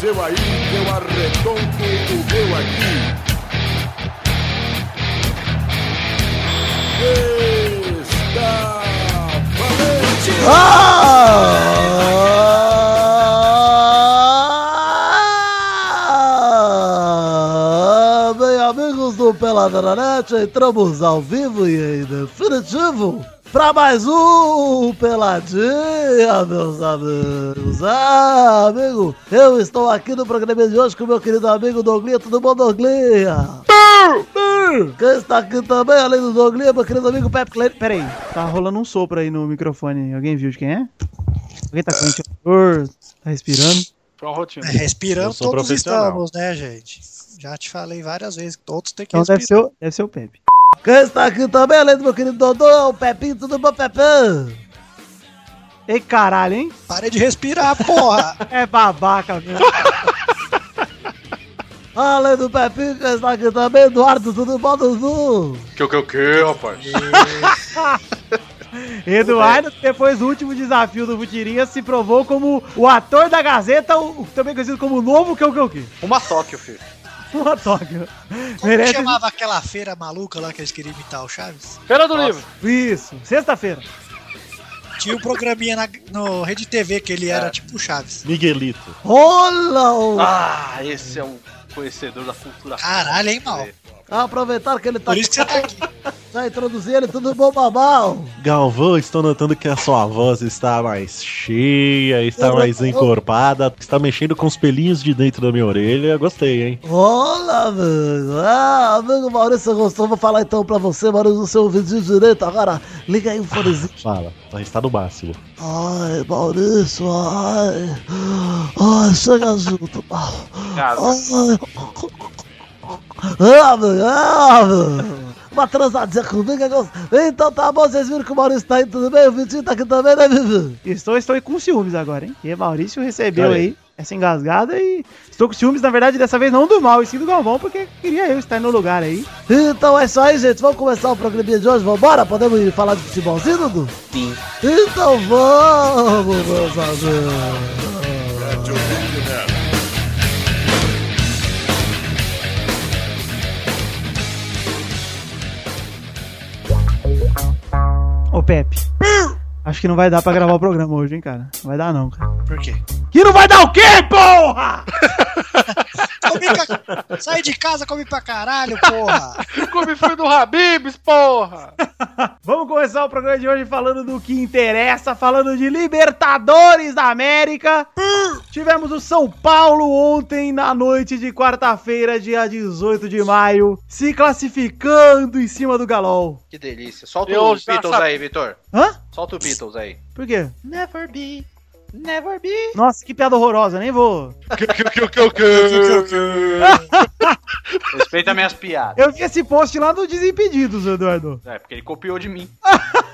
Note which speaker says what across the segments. Speaker 1: seu aí, eu arredonto o meu aqui. Está valente!
Speaker 2: Ah!
Speaker 3: Ah! Bem, amigos do Peladranet, entramos ao vivo e em definitivo para mais um Peladinha, meus amigos. Ah, amigo, eu estou aqui no programa de hoje com meu querido amigo Doglinha, tudo bom, Doglinha? Quem está aqui também, além do Doglinha, meu querido amigo Pepe Cleide.
Speaker 2: Peraí, tá rolando um sopro aí no microfone. Alguém viu de quem é? Alguém tá com ventilador? Tá respirando?
Speaker 4: Foi uma rotina.
Speaker 5: É, Respirando
Speaker 6: Eu sou
Speaker 5: todos
Speaker 6: profissional.
Speaker 5: estamos, né, gente? Já te falei várias vezes que todos têm que
Speaker 2: Então deve
Speaker 5: respirar.
Speaker 2: ser, o, deve ser o Pepe.
Speaker 3: Quem está aqui também, além do meu querido Dodô, o Pepinho, tudo bom, Pepão?
Speaker 2: Ei, caralho, hein?
Speaker 5: Para de respirar, porra!
Speaker 2: É babaca, meu.
Speaker 3: Além do Pepinho, quem está aqui também, Eduardo, tudo bom, Dudu?
Speaker 4: Que o que o que, rapaz?
Speaker 2: Eduardo, depois do último desafio do Futirinha, se provou como o ator da Gazeta, o, também conhecido como o novo que o que o que.
Speaker 4: Uma Tóquio, filho.
Speaker 2: Uma toca.
Speaker 5: Como é que
Speaker 2: Merece
Speaker 5: chamava aquela feira maluca lá que eles queriam imitar o Chaves?
Speaker 4: Feira do Livro.
Speaker 2: isso. Sexta-feira.
Speaker 5: Tinha um programinha na, no Rede TV que ele era tipo o Chaves.
Speaker 6: Miguelito.
Speaker 3: Olá! o-
Speaker 4: Ah, esse é um conhecedor da cultura.
Speaker 5: Caralho, hein, mal?
Speaker 3: Aproveitar que ele tá
Speaker 5: Por isso
Speaker 3: aqui
Speaker 5: que você tá aqui.
Speaker 3: pra introduzir ele, tudo bom, babau?
Speaker 6: Galvão, estou notando que a sua voz está mais cheia, está
Speaker 3: Eu
Speaker 6: mais
Speaker 3: não-
Speaker 6: encorpada, está mexendo com os pelinhos de dentro da minha orelha. Gostei, hein?
Speaker 3: Olá, amigo! Ah, amigo Maurício Gostou, vou falar então pra você, Maurício, no seu ouvidinho direito agora. Liga aí o fonezinho.
Speaker 6: Fala, tá- está no máximo.
Speaker 3: Ai, Maurício, ai. Ai, chega junto, mal.
Speaker 4: Cara,
Speaker 3: Ai. Ah, meu, ah, meu. Uma transadinha comigo é gostoso. Então tá bom, vocês viram que o Maurício tá aí, tudo bem? O Vitinho tá aqui também, né, Vivi?
Speaker 2: Estou, estou com ciúmes agora, hein? E Maurício recebeu
Speaker 6: Olha aí.
Speaker 2: aí essa engasgada e estou com ciúmes, na verdade, dessa vez não do mal, e sim do Galvão, porque queria eu estar no lugar aí.
Speaker 3: Então é isso aí, gente. Vamos começar o programinha de hoje, vambora? Podemos ir falar de futebolzinho, Dudu?
Speaker 4: Sim.
Speaker 3: Então vamos, meus amigos.
Speaker 2: Ô, Pepe. Acho que não vai dar pra gravar o programa hoje, hein, cara? Não vai dar não, cara.
Speaker 5: Por quê?
Speaker 2: Que não vai dar o quê, porra?
Speaker 5: Comi ca- Saí de casa, comi pra caralho, porra!
Speaker 4: come filho do Habibs, porra!
Speaker 2: Vamos começar o programa de hoje falando do que interessa, falando de Libertadores da América.
Speaker 5: Hum.
Speaker 2: Tivemos o São Paulo ontem na noite de quarta-feira, dia 18 de maio, se classificando em cima do Galol.
Speaker 7: Que delícia. Solta
Speaker 4: Eu
Speaker 7: o
Speaker 4: já
Speaker 7: Beatles
Speaker 4: sabia.
Speaker 7: aí, Vitor.
Speaker 2: Hã?
Speaker 7: Solta o Beatles aí.
Speaker 2: Por quê? Never be, never be. Nossa, que piada horrorosa, nem vou.
Speaker 4: Que que que que que
Speaker 7: Respeita minhas piadas.
Speaker 2: Eu vi esse post lá no Desimpedidos, Eduardo.
Speaker 7: É, porque ele copiou de mim.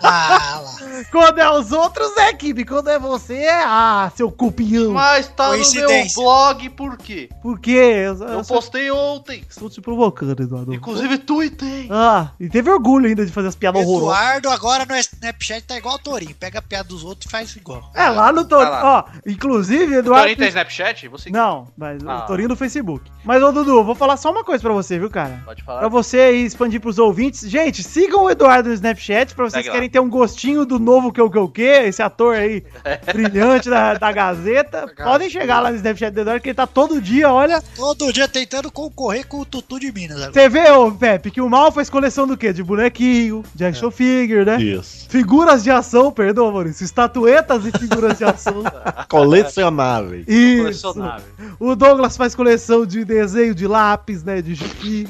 Speaker 5: Ah, lá.
Speaker 2: Quando é os outros, é equipe. Quando é você, é. Ah, seu cupião.
Speaker 7: Mas tá no meu
Speaker 5: Coincidência.
Speaker 7: blog, por quê?
Speaker 2: Por quê? Eu, eu
Speaker 7: Eu
Speaker 2: só
Speaker 7: postei ontem.
Speaker 2: estou te provocando, Eduardo.
Speaker 7: Inclusive, tuitei.
Speaker 2: Ah, e teve orgulho ainda de fazer as piadas horrorosas.
Speaker 5: Eduardo agora no Snapchat tá igual o Torinho. Pega a piada dos outros e faz igual.
Speaker 2: É, lá no Torinho.
Speaker 7: Vai
Speaker 2: Ó, inclusive, Eduardo.
Speaker 7: Torinho tem Snapchat? Você
Speaker 2: Não, mas
Speaker 7: Ah.
Speaker 2: o Torinho do Facebook. Mas, ô Dudu, vou falar só uma coisa pra você, viu, cara?
Speaker 7: pode
Speaker 2: Pra
Speaker 7: falar.
Speaker 2: você aí expandir pros ouvintes. Gente, sigam o Eduardo no Snapchat pra vocês
Speaker 7: Segue lá.
Speaker 2: querem ter um gostinho do novo que o que o que, esse ator aí
Speaker 7: É.
Speaker 2: brilhante da, da Gazeta. Podem chegar lá no Snapchat do Eduardo, que ele tá todo dia, olha.
Speaker 5: Todo dia tentando concorrer com o Tutu de Minas agora.
Speaker 2: Você vê, ô Pepe, que o mal faz coleção do quê? De bonequinho, de action
Speaker 5: É.
Speaker 2: figure, né?
Speaker 6: Isso.
Speaker 2: Figuras de ação, perdão, Maurício. Estatuetas e figuras de ação.
Speaker 6: Colecionáveis.
Speaker 2: Isso.
Speaker 7: Colecionável.
Speaker 2: O Douglas faz coleção de desenho de lápis, né? De gibi.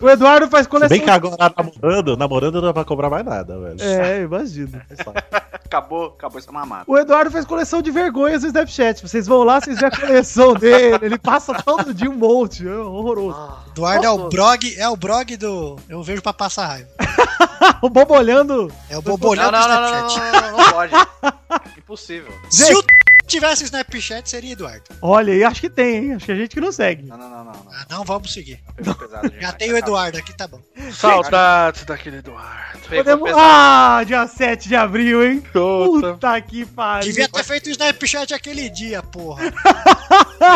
Speaker 2: O Eduardo faz
Speaker 6: Se
Speaker 2: coleção.
Speaker 6: bem que agora namorando, namorando não dá pra cobrar mais nada, velho.
Speaker 2: É, imagina.
Speaker 7: Acabou, acabou essa mamada.
Speaker 2: O Eduardo faz coleção de vergonhas no Snapchat. Vocês vão lá, vocês vê a coleção dele. Ele passa todo dia um monte. É horroroso.
Speaker 5: Eduardo é o Brog, é o Brog do. Eu vejo pra passar raiva.
Speaker 2: O bobo olhando.
Speaker 5: É
Speaker 7: Não,
Speaker 5: o bobolhão do
Speaker 7: não, não, não, não,
Speaker 5: Snapchat.
Speaker 7: não, não, não pode. É Impossível.
Speaker 5: Se o tivesse Snapchat, seria Eduardo.
Speaker 2: Olha, e acho que tem, hein? Acho que a gente que não segue.
Speaker 7: Não, não, não, não. não.
Speaker 5: Ah, não, vamos seguir.
Speaker 7: Pegou É pesado demais.
Speaker 5: Já tem o Eduardo aqui, tá bom.
Speaker 4: Saudades daquele Eduardo.
Speaker 7: Pegou
Speaker 2: Podemos...
Speaker 7: pesado.
Speaker 2: Ah, dia 7 de abril, hein?
Speaker 4: Puta.
Speaker 2: Puta que pariu.
Speaker 5: Devia ter feito o Snapchat aquele dia, porra.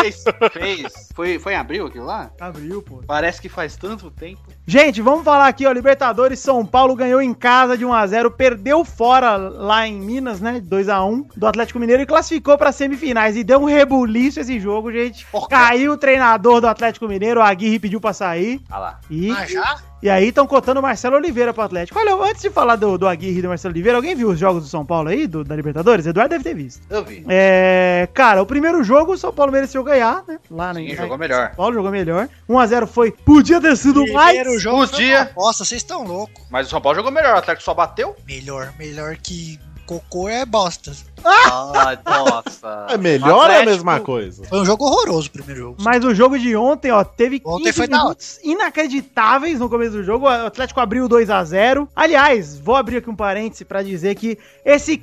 Speaker 7: Fez, fez. Foi, foi em abril aquilo lá?
Speaker 2: Abriu, pô.
Speaker 7: Parece que faz tanto tempo.
Speaker 2: Gente, vamos falar aqui, ó. Libertadores, São Paulo ganhou em casa de 1x0, perdeu fora lá em Minas, né? 2x1 do Atlético Mineiro e classificou para semifinais. E deu um rebuliço esse jogo, gente. Caiu o treinador do Atlético Mineiro, o Aguirre pediu pra sair.
Speaker 7: Ah lá.
Speaker 2: E,
Speaker 5: Ah, já?
Speaker 2: e aí estão cotando o Marcelo Oliveira pro Atlético. Olha, antes de falar do, do Aguirre e do Marcelo Oliveira, alguém viu os jogos do São Paulo aí, do- da Libertadores? Eduardo deve ter visto.
Speaker 7: Eu vi.
Speaker 2: É, cara, o primeiro jogo o São Paulo mereceu ganhar, né? Lá na,
Speaker 7: Sim,
Speaker 2: na-
Speaker 7: jogou melhor.
Speaker 2: São Paulo jogou melhor. 1x0 foi. Podia ter sido mais.
Speaker 5: Primeiro jogo. foi
Speaker 7: dia.
Speaker 5: uma Bosta, vocês estão loucos.
Speaker 7: Mas o São Paulo jogou melhor. O Atlético só bateu.
Speaker 5: Melhor, melhor que cocô é bosta.
Speaker 7: Ah, nossa.
Speaker 6: É melhor é a
Speaker 7: Atlético-
Speaker 6: mesma coisa?
Speaker 5: Foi um jogo horroroso o primeiro jogo.
Speaker 2: Mas o jogo de ontem, ó, teve
Speaker 5: Ontem
Speaker 2: 15
Speaker 5: foi da
Speaker 2: minutos inacreditáveis no começo do jogo. O Atlético abriu 2 a 0 Aliás, vou abrir aqui um parêntese pra dizer que esse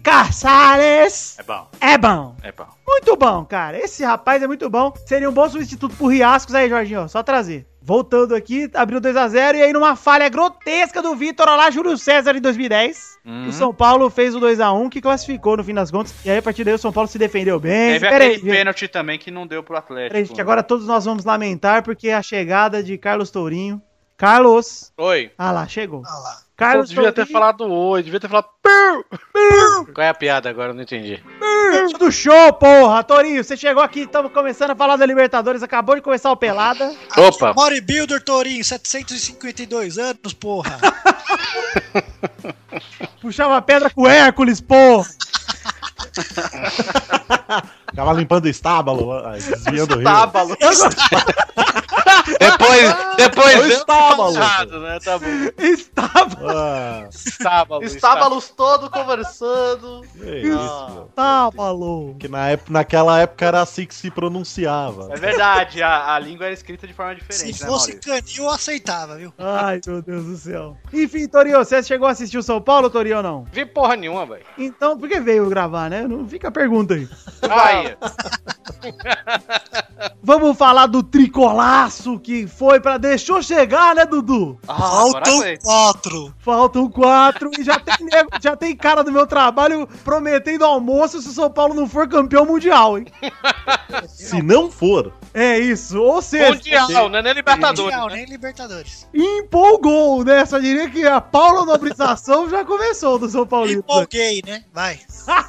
Speaker 2: Caçares
Speaker 7: É bom,
Speaker 2: é bom.
Speaker 7: é bom.
Speaker 2: Muito bom, cara. Esse rapaz é muito bom. Seria um bom substituto pro Riascos aí, Jorginho, ó, só trazer. Voltando aqui, abriu 2 a 0 e aí numa falha grotesca do Vitor, olha lá, Júlio César em 2010.
Speaker 7: Uhum. Hum.
Speaker 2: O São Paulo fez o 2 a 1 que classificou no fim das contas. E aí, a partir daí, o São Paulo se defendeu bem.
Speaker 7: Teve
Speaker 2: Pera aí,
Speaker 7: aquele
Speaker 2: gente.
Speaker 7: pênalti também que não deu pro
Speaker 2: Peraí, gente,
Speaker 7: Atlético.
Speaker 2: que agora todos nós vamos lamentar porque a chegada de Carlos Tourinho. Carlos!
Speaker 4: Oi.
Speaker 2: Ah lá, chegou.
Speaker 5: Ah lá.
Speaker 4: Eu
Speaker 2: Carlos
Speaker 4: devia ter falado oi, devia ter falado. "Piu". Qual é a piada agora? Eu não entendi.
Speaker 2: do show, porra! Tourinho, você chegou aqui, estamos começando a falar da Libertadores, acabou de começar o Pelada.
Speaker 4: Opa.
Speaker 5: Bodybuilder Torinho, 752 anos, porra.
Speaker 2: Puxava a pedra com o Hércules, porra!
Speaker 6: Ficava limpando o estábulo, lá, desviando o rio.
Speaker 7: Tábalo.
Speaker 4: Depois, depois.
Speaker 6: É o estábulo.
Speaker 4: Errado, né? Tá bom.
Speaker 2: Estava,
Speaker 6: Ah,
Speaker 4: Estábalo.
Speaker 7: Estábalos todo conversando.
Speaker 6: que isso, meu.
Speaker 2: estava, louco.
Speaker 6: Tá, Que na época, naquela época era assim que se pronunciava.
Speaker 7: É verdade, a, a língua era escrita de forma
Speaker 5: Se
Speaker 7: diferente, né,
Speaker 5: fosse
Speaker 7: Maurício?
Speaker 5: canil, eu aceitava, viu?
Speaker 2: Ai, meu Deus do céu. Enfim, Torinho, você chegou a assistir o São Paulo, Torinho, ou não?
Speaker 4: Vi porra nenhuma, velho.
Speaker 2: Então, por que veio gravar, né? Não fica a pergunta aí.
Speaker 4: Bahia.
Speaker 2: Vamos falar do tricolaço que foi pra... Deixou chegar, né, Dudu?
Speaker 4: Ah, agora
Speaker 5: Faltam
Speaker 4: foi.
Speaker 5: quatro.
Speaker 2: Faltam quatro e já tem, nego- já tem cara do meu trabalho prometendo almoço se o São Paulo não for campeão mundial, hein?
Speaker 6: Se não for,
Speaker 2: É isso. Ou seja,
Speaker 4: Mundial,
Speaker 7: é
Speaker 4: né? Nem Libertadores.
Speaker 5: Mundial,
Speaker 4: né?
Speaker 5: nem Libertadores.
Speaker 2: empolgou, né? Só diria que a Paula Nobrização já começou do São Paulino.
Speaker 5: Empolguei, né? Vai.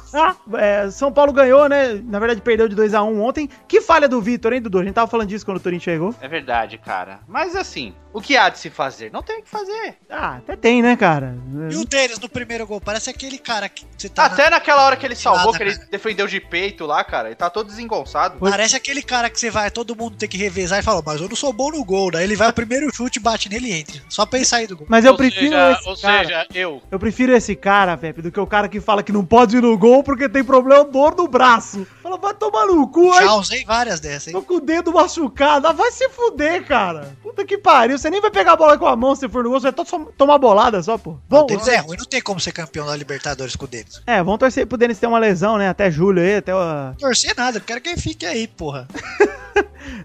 Speaker 2: É, São Paulo ganhou, né? Na verdade, perdeu de 2x1 ontem. Que falha do Vitor, hein, Dudu? A gente tava falando disso quando o Turin chegou.
Speaker 7: É verdade, cara. Mas assim, o que há de se fazer? Não tem o que fazer.
Speaker 2: Ah, até tem, né, cara?
Speaker 5: E o deles no primeiro gol? Parece aquele cara que você tá.
Speaker 7: Até naquela hora que ele salvou,
Speaker 5: Nada,
Speaker 7: que ele defendeu de peito lá, cara. Ele tá todo desengonçado.
Speaker 5: Parece aquele cara que você vai, todo mundo tem que revezar e fala, mas eu não sou bom no gol. Daí ele vai o primeiro chute, bate nele e entra. Só pra ele sair do gol.
Speaker 2: Mas eu
Speaker 4: ou
Speaker 2: prefiro
Speaker 4: seja,
Speaker 2: esse
Speaker 4: ou
Speaker 5: Ah,
Speaker 2: cara.
Speaker 4: seja, eu.
Speaker 2: Eu prefiro esse cara, Pepe, do que o cara que fala que não pode ir no gol porque tem problema dor no braço. Fala, vai tomar no cu, aí
Speaker 5: Já usei várias dessas, hein?
Speaker 2: Tô com o dedo machucado. Ah, vai se fuder, cara. Puta que pariu. Você nem vai pegar a bola com a mão se você for no gol. Você vai to- só tomar bolada só, pô.
Speaker 5: O
Speaker 2: Bom, né?
Speaker 5: deles é ruim, não tem como ser campeão da Libertadores com o deles.
Speaker 2: é, vamos torcer pro Denis ter uma lesão, né? Até julho aí, até o...
Speaker 5: Torcer nada, eu quero que ele fique aí, porra.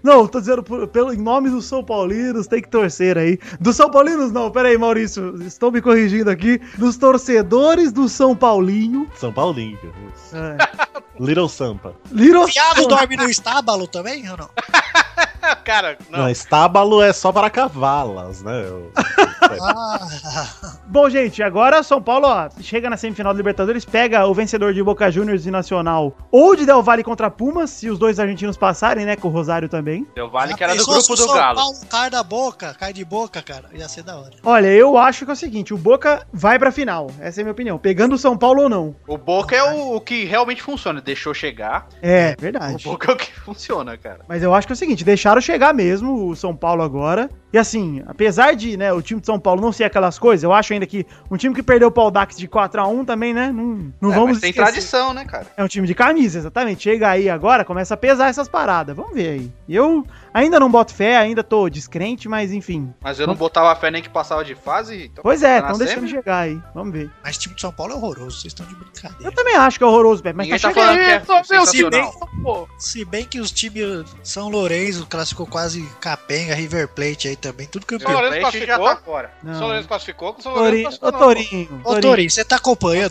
Speaker 2: Não, tô dizendo por- pelo, em nome dos São Paulinos, tem que torcer aí. Dos São Paulinos não, pera aí, Maurício. Estou me corrigindo aqui. Dos torcedores do São Paulinho.
Speaker 6: São Paulinho. isso.
Speaker 2: É,
Speaker 6: Little Sampa.
Speaker 2: Little
Speaker 5: Thiago dorme no estábalo também ou não?
Speaker 4: Cara, não.
Speaker 6: Não, estábalo é só para cavalas, né? Eu-
Speaker 2: É.
Speaker 5: Ah,
Speaker 2: Bom, gente, agora São Paulo ó, chega na semifinal da Libertadores, pega o vencedor de Boca Juniors e Nacional ou de Del Valle contra Pumas, se os dois argentinos passarem, né, com o Rosário também.
Speaker 7: Deu vale
Speaker 5: já
Speaker 7: que era do
Speaker 5: pensou se
Speaker 7: grupo
Speaker 5: o
Speaker 7: do
Speaker 5: São
Speaker 7: Galo.
Speaker 5: Paulo cai da boca, cai de boca, cara. Ia ser da hora.
Speaker 2: Olha, eu acho que é o seguinte, o Boca vai pra final, essa é a minha opinião, pegando o São Paulo ou não.
Speaker 7: O Boca é o, o que realmente funciona. Deixou chegar.
Speaker 2: É,
Speaker 7: O
Speaker 2: verdade.
Speaker 7: Boca é o que funciona, cara.
Speaker 2: Mas eu acho que é o seguinte, deixaram chegar mesmo o São Paulo agora. E assim, apesar de, né, o time de São Paulo não ser aquelas coisas, eu acho ainda que um time que perdeu o Paldax de 4 a 1 também, né, não, não
Speaker 7: É,
Speaker 2: vamos
Speaker 7: mas tem
Speaker 2: esquecer.
Speaker 7: tradição, né, cara?
Speaker 2: É um time de camisa, exatamente. Chega aí agora, começa a pesar essas paradas. Vamos ver aí. Eu ainda não boto fé, ainda tô descrente, mas enfim.
Speaker 7: Mas eu não botava fé nem que passava de fase. Então...
Speaker 2: Pois é,
Speaker 7: tá na
Speaker 2: estão deixando
Speaker 7: semi?
Speaker 2: chegar aí. Vamos ver.
Speaker 5: Mas o time de São Paulo é horroroso, vocês estão de
Speaker 2: Eu
Speaker 5: brincadeira.
Speaker 2: também acho que é horroroso, Pepe, mas
Speaker 7: Ninguém
Speaker 2: tá
Speaker 7: tá
Speaker 2: chegando.
Speaker 7: falando que é
Speaker 5: Se bem,
Speaker 7: sensacional.
Speaker 5: se bem que os times São Lourenço, classificou quase capenga, River Plate aí também, tudo campeão.
Speaker 8: Olha,
Speaker 7: O
Speaker 8: ele
Speaker 7: Leite já
Speaker 8: classificou?
Speaker 7: tá fora.
Speaker 2: Não.
Speaker 8: O São Lourenço classificou, o São
Speaker 2: Torinho,
Speaker 8: Lourenço classificou.
Speaker 2: ô
Speaker 8: não.
Speaker 2: Torinho,
Speaker 5: Ô, Torinho, você tá acompanhando,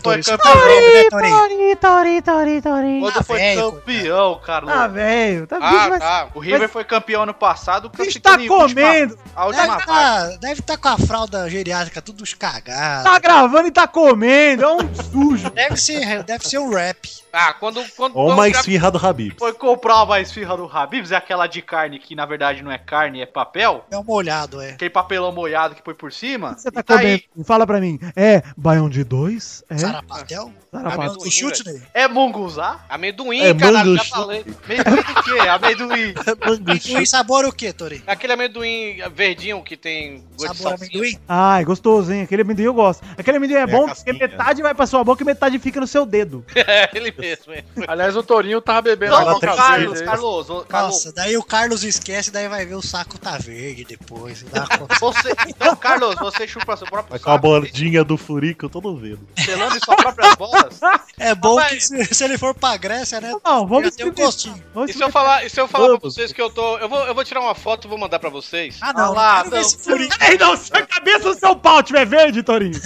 Speaker 4: Foi
Speaker 5: Torinho? Você
Speaker 4: campeão.
Speaker 5: tá vendo,
Speaker 7: é
Speaker 5: né, Torinho?
Speaker 2: Torinho, Torinho, Torinho, Torinho.
Speaker 9: Ah,
Speaker 7: Quando foi
Speaker 5: velho,
Speaker 7: campeão, Carlos.
Speaker 2: Ah, velho, tá bicho,
Speaker 8: Ah,
Speaker 2: mas
Speaker 8: tá.
Speaker 7: O River foi campeão ano passado.
Speaker 2: o bicho
Speaker 7: ficou
Speaker 2: tá
Speaker 7: em última-
Speaker 2: comendo,
Speaker 7: A última vaga.
Speaker 5: Deve tá, deve tá com a fralda geriátrica tudo escagada.
Speaker 2: tá gravando e tá comendo, é um sujo.
Speaker 5: Deve ser, deve ser um rap.
Speaker 8: Ah, quando. quando
Speaker 6: Ou
Speaker 8: quando
Speaker 6: uma
Speaker 8: já-
Speaker 6: esfirra do Habib.
Speaker 7: Foi comprar uma esfirra do Habibs, é aquela de carne que na verdade não é carne, é papel.
Speaker 5: É um molhado, é.
Speaker 7: Aquele papelão molhado que põe por cima.
Speaker 2: Você tá
Speaker 7: e tá aí.
Speaker 2: comendo, fala pra mim, é Baião de dois? É?
Speaker 5: Sarapatel?
Speaker 2: Sarapatel.
Speaker 5: Não, chute né? nele.
Speaker 7: É munguzá?
Speaker 8: Amendoim,
Speaker 6: É,
Speaker 8: caralho,
Speaker 6: manga,
Speaker 8: já
Speaker 6: chu-
Speaker 8: falei.
Speaker 7: Amendoim do quê? Amendoim.
Speaker 5: Amendoim sabor o quê, Torinho?
Speaker 8: Aquele amendoim verdinho que tem gosto de
Speaker 5: Sabor
Speaker 8: salsicha.
Speaker 5: amendoim?
Speaker 2: Ai, gostoso, hein? Aquele amendoim eu gosto. Aquele amendoim é, bom porque
Speaker 6: casquinha.
Speaker 2: metade vai pra sua boca e metade fica no seu dedo.
Speaker 8: É, ele mesmo. é.
Speaker 4: Aliás, o Torinho tava bebendo
Speaker 7: Não,
Speaker 4: a
Speaker 6: ela
Speaker 7: não,
Speaker 6: tem
Speaker 4: coca
Speaker 6: que
Speaker 7: Carlos,
Speaker 4: Carlos,
Speaker 7: Carlos, ô, Carlos.
Speaker 5: Nossa, daí o Carlos esquece, daí vai ver o saco tá verde depois. dá uma coça.
Speaker 7: Você, então, Carlos, você chupa seu próprio
Speaker 6: Vai com a
Speaker 7: saco,
Speaker 6: bordinha do furico, eu tô vendo.
Speaker 7: selando em suas próprias bolas.
Speaker 5: é bom que se, se ele for pra Grécia, né?
Speaker 2: Não, vamos
Speaker 5: Já tem um
Speaker 2: experimentar,
Speaker 5: gostinho.
Speaker 2: vamos
Speaker 8: E se eu
Speaker 2: experimentar.
Speaker 8: falar, Ah, e se eu falar pra
Speaker 6: Vamos.
Speaker 8: vocês que eu tô. Eu vou, eu vou tirar uma foto e vou mandar pra vocês.
Speaker 5: Ah, não.
Speaker 7: Ah lá,
Speaker 5: não quero ver
Speaker 7: não.
Speaker 5: esse furinho.
Speaker 2: Ei, não, se a cabeça do seu pau tiver verde, Torinho.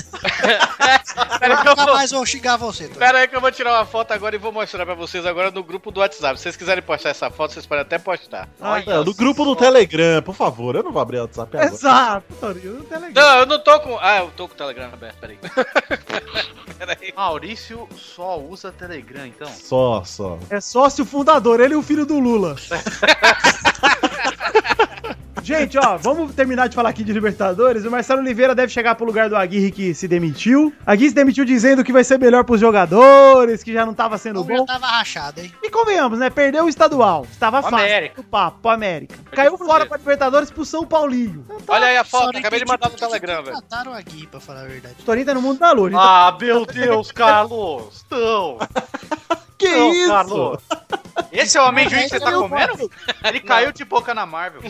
Speaker 8: Pera aí que eu
Speaker 5: Nunca
Speaker 8: vou,
Speaker 5: Tá mais vou xingar você, Torinho.
Speaker 8: pera aí que eu vou tirar uma foto agora e vou mostrar pra vocês agora no grupo do WhatsApp. Se vocês quiserem postar essa foto, vocês podem até postar.
Speaker 6: Não, no grupo do Telegram, por favor. Eu não vou abrir o WhatsApp agora.
Speaker 2: Exato, Torinho. Não tá legal.
Speaker 8: Não, eu não tô com. Ah, eu tô com o Telegram aberto, peraí.
Speaker 7: Maurício só usa Telegram, então.
Speaker 6: Só, só.
Speaker 2: É sócio fundador, ele e o filho do Lula. Gente, ó, vamos terminar de falar aqui de Libertadores. O Marcelo Oliveira deve chegar pro lugar do Aguirre que se demitiu. Aguirre se demitiu dizendo que vai ser melhor pros jogadores, que já não tava
Speaker 5: O
Speaker 2: sendo
Speaker 5: Uber
Speaker 2: bom.
Speaker 5: tava rachado, hein?
Speaker 2: E convenhamos, né? Perdeu o estadual. Estava
Speaker 7: Pro
Speaker 2: fácil.
Speaker 7: América.
Speaker 2: O papo, pro América. Caiu fora pra Libertadores pro São Paulinho.
Speaker 8: Olha aí a
Speaker 5: Só
Speaker 8: foto,
Speaker 5: não
Speaker 8: acabei de
Speaker 5: entendi
Speaker 8: mandar no
Speaker 5: por tá que
Speaker 8: Telegram,
Speaker 5: que
Speaker 8: velho.
Speaker 5: Mataram a Gui, pra falar a verdade.
Speaker 2: O Torinho tá no mundo da lua. ele tá-
Speaker 7: Ah, meu Deus, Carlos! Não!
Speaker 2: que
Speaker 7: não,
Speaker 2: isso?
Speaker 7: Carlos! Esse é o amendoim que você tá
Speaker 2: Caiu
Speaker 7: comendo? Ele caiu de boca na Marvel.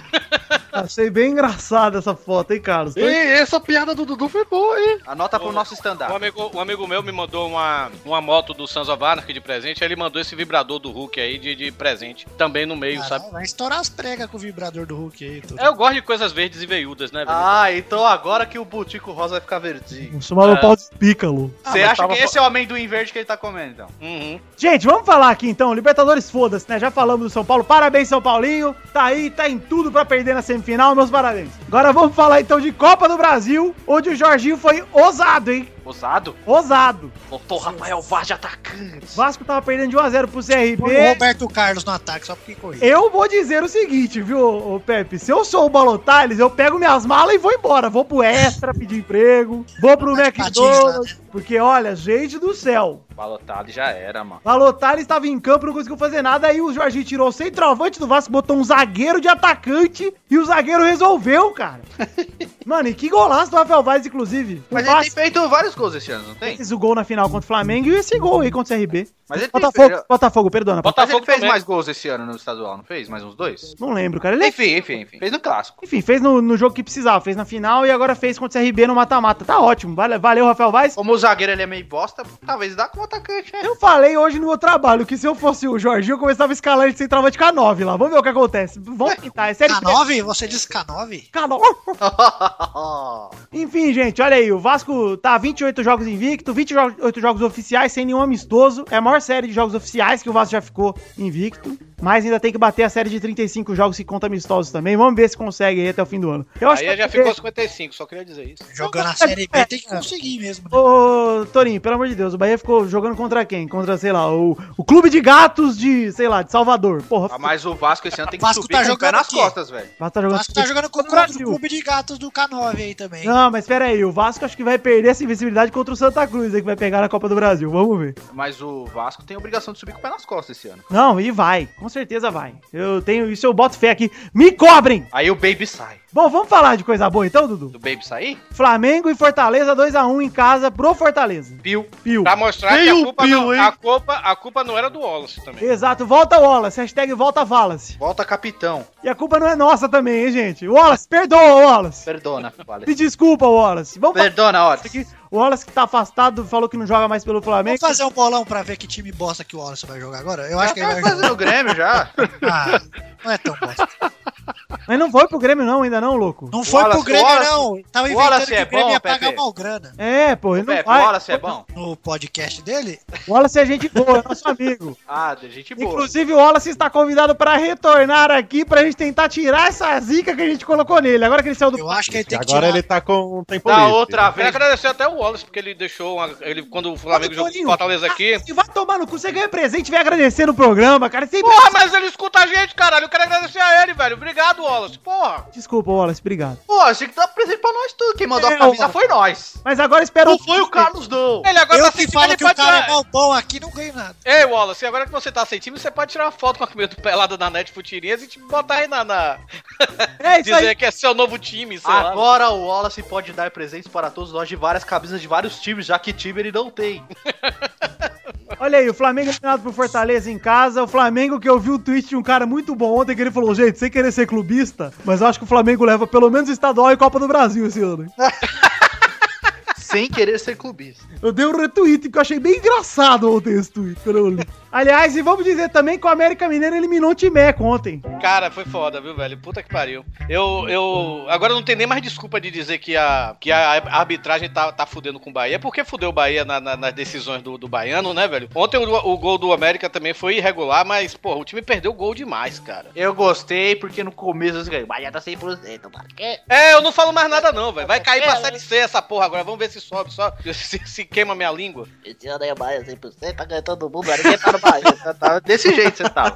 Speaker 2: Achei bem engraçada essa foto, hein, Carlos? Torinho,
Speaker 4: Ei, essa piada do Dudu foi boa, hein?
Speaker 7: Anota pro
Speaker 8: Ô,
Speaker 7: nosso
Speaker 8: Um
Speaker 7: stand-up.
Speaker 8: amigo, um amigo meu me mandou uma, uma moto do Sons of Anarchy de presente, aí ele mandou esse vibrador do Hulk aí de, de presente, também no
Speaker 7: Ah,
Speaker 8: meio,
Speaker 5: Caralho,
Speaker 8: sabe? É,
Speaker 5: Vai estourar as pregas com o vibrador do Hulk aí, Torinho.
Speaker 8: Eu gosto de coisas verdes e veiudas, né, velho?
Speaker 7: Ah, É. então agora que o Butico Rosa vai ficar verdinho.
Speaker 2: Chamava o
Speaker 8: Ah.
Speaker 2: pau de pícalo.
Speaker 7: Você acha que esse é o amendoim verde que ele tá comendo, então?
Speaker 8: Uhum.
Speaker 2: Gente, vamos falar aqui então. Libertadores, foda-se, né? Já falamos do São Paulo. Parabéns, São Paulinho. Tá aí, tá em tudo pra perder na semifinal. Meus parabéns. Agora vamos falar então de Copa do Brasil, onde o Jorginho foi ousado, hein?
Speaker 7: Ousado?
Speaker 2: Ousado.
Speaker 7: Voltou o Rafael Vaz de atacante.
Speaker 2: Vasco tava perdendo de 1x0 pro
Speaker 5: Põe o
Speaker 2: CRB.
Speaker 5: Roberto Carlos no ataque, só porque correu.
Speaker 2: Eu vou dizer o seguinte, viu, ô, ô, Pepe? Se eu sou o Balotales, eu pego minhas malas e vou embora. Vou pro Extra pedir emprego, vou pro
Speaker 5: Patins lá,
Speaker 2: McDonald's. Porque, olha, gente do céu,
Speaker 7: Balotado já era, mano.
Speaker 2: Balotari estava em campo, não conseguiu fazer nada. Aí o Jorginho tirou o centroavante do Vasco, botou um zagueiro de atacante e o zagueiro resolveu, cara. Mano, e que golaço do Rafael Vaz, inclusive. O
Speaker 7: Mas ele tem
Speaker 2: Vasco
Speaker 7: feito vários gols esse ano, não tem?
Speaker 2: fez o gol na final contra o Flamengo e esse gol aí contra o CRB.
Speaker 7: Mas ele é- tem
Speaker 2: Botafogo,
Speaker 7: feito-
Speaker 2: Botafogo, perdona.
Speaker 8: Bota-
Speaker 7: Mas ele
Speaker 8: Botafogo
Speaker 7: fez
Speaker 8: também.
Speaker 7: mais gols esse ano no estadual, não fez? Mais uns dois?
Speaker 2: Não lembro, cara. Ele, é
Speaker 7: Enfim, enfim, enfim. Fez no clássico.
Speaker 2: enfim, fez no, no jogo que precisava. Fez na final e agora fez contra o CRB no mata-mata. Tá ótimo. Vale- Valeu, Rafael Vaz.
Speaker 7: Como o zagueiro ele é meio bosta, talvez dá com o atacante, né?
Speaker 2: Eu falei hoje no meu trabalho que se eu fosse o Jorginho, eu começava a escalar ele de centroavante com a 9 lá. Vamos ver o que acontece. Vamos tentar. É sério que...
Speaker 5: K9? Você disse K9?
Speaker 2: K9. Enfim, gente, olha aí, o Vasco tá 28 jogos invicto, 28 jogos oficiais sem nenhum amistoso. É a maior série de jogos oficiais que o Vasco já ficou invicto. Mas ainda tem que bater a série de 35 jogos que conta amistosos também. Vamos ver se consegue aí até o fim do ano. Eu
Speaker 8: Aí
Speaker 2: que é
Speaker 8: já
Speaker 2: vai ter-
Speaker 8: ficou 55, só queria dizer isso.
Speaker 5: Jogando a
Speaker 2: Não,
Speaker 5: Série
Speaker 2: é,
Speaker 5: B tem que conseguir mesmo. né?
Speaker 2: Ô, Torinho, pelo amor de Deus, o Bahia ficou jogando contra quem? Contra, sei lá, o, o Clube de Gatos de, sei lá, de Salvador. Porra,
Speaker 7: Ah, mas o Vasco esse ano tem que
Speaker 5: Vasco
Speaker 7: subir
Speaker 5: tá
Speaker 7: com o pé
Speaker 5: jogando
Speaker 7: nas
Speaker 5: aqui.
Speaker 7: costas, velho.
Speaker 2: o Vasco tá
Speaker 5: O
Speaker 2: jogando
Speaker 5: Vasco tá jogando
Speaker 2: contra
Speaker 5: contra
Speaker 2: o
Speaker 5: o
Speaker 2: Brasil.
Speaker 5: clube de gatos do K9 aí também.
Speaker 2: Não, mas pera aí, o Vasco acho que vai perder essa invencibilidade contra o Santa Cruz aí que vai pegar na Copa do Brasil. Vamos ver.
Speaker 7: Mas o Vasco tem obrigação de subir com o pé nas costas esse ano.
Speaker 2: Não, e vai, com certeza vai. Eu tenho isso, eu boto fé aqui. Me cobrem!
Speaker 7: Aí o Baby sai.
Speaker 2: Bom, vamos falar de coisa boa então, Dudu?
Speaker 7: Do Baby sair?
Speaker 2: Flamengo e Fortaleza 2x1 em casa pro Fortaleza.
Speaker 7: Piu.
Speaker 2: Pio.
Speaker 8: Pra mostrar
Speaker 7: Tem
Speaker 8: que a
Speaker 7: um
Speaker 8: culpa,
Speaker 7: pio,
Speaker 8: não, tá
Speaker 7: hein?
Speaker 8: a, culpa, a culpa não era do Wallace também.
Speaker 2: Exato, volta Wallace, hashtag volta Wallace.
Speaker 7: Volta capitão.
Speaker 2: E a culpa não é nossa também, hein, gente? Wallace, perdoa, Wallace.
Speaker 7: Perdona, Vale.
Speaker 2: Me desculpa, Wallace. Vamos falar
Speaker 7: Perdona, ó.
Speaker 2: aqui. O Wallace que tá afastado, falou que não joga mais pelo
Speaker 5: Vamos
Speaker 2: Flamengo.
Speaker 5: fazer um bolão pra ver que time bosta que o Wallace vai jogar agora? Eu acho que ele vai
Speaker 7: Tá fazendo
Speaker 5: jogar.
Speaker 7: o Grêmio já.
Speaker 5: Ah, não é tão bosta.
Speaker 2: Mas não foi pro Grêmio, não, ainda não, louco.
Speaker 5: Não foi pro
Speaker 7: Wallace-
Speaker 5: Grêmio,
Speaker 7: Wallace-
Speaker 5: não. Tava
Speaker 7: Wallace
Speaker 5: inventando que
Speaker 7: é
Speaker 5: o Grêmio ia
Speaker 7: bom,
Speaker 5: pagar
Speaker 7: Pepe?
Speaker 5: mal grana.
Speaker 2: É, pô, ele não
Speaker 7: Pepe,
Speaker 2: vai.
Speaker 7: o Wallace é bom?
Speaker 5: No podcast dele,
Speaker 2: O Wallace é gente boa, é nosso amigo.
Speaker 7: Ah, de gente boa.
Speaker 2: Inclusive, o Wallace está convidado pra retornar aqui pra gente tentar tirar essa zica que a gente colocou nele. Agora que ele saiu do.
Speaker 5: eu acho que ele tem que
Speaker 6: Agora
Speaker 5: tirar.
Speaker 6: ele tá com um tempo
Speaker 7: da
Speaker 6: livre.
Speaker 7: outra
Speaker 8: Quero
Speaker 7: vez.
Speaker 8: agradecer até o Wallace, porque ele deixou. uma- ele, quando o Flamengo jogou com o
Speaker 2: Toninho.
Speaker 8: Fortaleza
Speaker 7: ah,
Speaker 8: aqui.
Speaker 2: E vai tomar no cu, você ganha presente, vem agradecer no programa, cara. Sempre...
Speaker 8: Porra, mas ele escuta a gente, caralho. Eu quero agradecer a ele, velho. Obrigado, Wallace. Porra.
Speaker 2: Desculpa, Wallace, obrigado.
Speaker 7: Pô, achei que dá presente pra nós tudo. Quem mandou
Speaker 2: É,
Speaker 7: a camisa
Speaker 2: ó.
Speaker 7: foi nós.
Speaker 2: Mas agora espera
Speaker 7: Não foi o Carlos, não.
Speaker 8: Ele agora
Speaker 5: Eu
Speaker 8: tá
Speaker 5: que
Speaker 8: sentindo
Speaker 5: falo
Speaker 8: ele
Speaker 5: que o
Speaker 8: pode
Speaker 5: cara é
Speaker 8: tirar.
Speaker 5: mal bom aqui, não ganho nada.
Speaker 8: Ei, Wallace, agora que você tá sentindo, você pode tirar uma foto com a camisa do pelada na net Futirinhas e te botar aí na. na-
Speaker 2: É isso
Speaker 8: dizer
Speaker 2: aí.
Speaker 8: que é seu novo time, sei lá.
Speaker 7: Agora o Wallace pode dar presentes para todos nós de várias camisas de vários times, já que time ele não tem.
Speaker 2: Olha aí, o Flamengo é eliminado pro Fortaleza em casa. O Flamengo que eu vi o tweet de um cara muito bom ontem que ele falou: gente, sem querer ser clubista, mas eu acho que o Flamengo leva pelo menos o estadual e Copa do Brasil esse ano.
Speaker 7: sem querer ser clubista.
Speaker 2: Eu dei um retweet que eu achei bem engraçado ontem esse tweet quando eu li. Aliás, e vamos dizer também que o América Mineiro eliminou o Timeco ontem.
Speaker 8: Cara, foi foda, viu, velho? Puta que pariu. Eu, eu. Agora não tem nem mais desculpa de dizer que a, que a arbitragem tá, tá fudendo com o Bahia, porque fudeu o Bahia na- na- nas decisões do, do baiano, né, velho? Ontem o, o gol do América também foi irregular, mas, porra, o time perdeu o gol demais, cara.
Speaker 7: Eu gostei porque no começo eu ganhei. Bahia tá 100%, mano. Que-
Speaker 8: É, eu não falo mais nada, não, velho. Vai cair pra série C essa porra agora. Vamos ver se sobe, só se, se queima minha língua.
Speaker 10: Esse ano aí o Bahia 100%, tá ganhando todo mundo, mas ninguém tá no Bahia.
Speaker 7: Tá- tá Desse jeito você tá.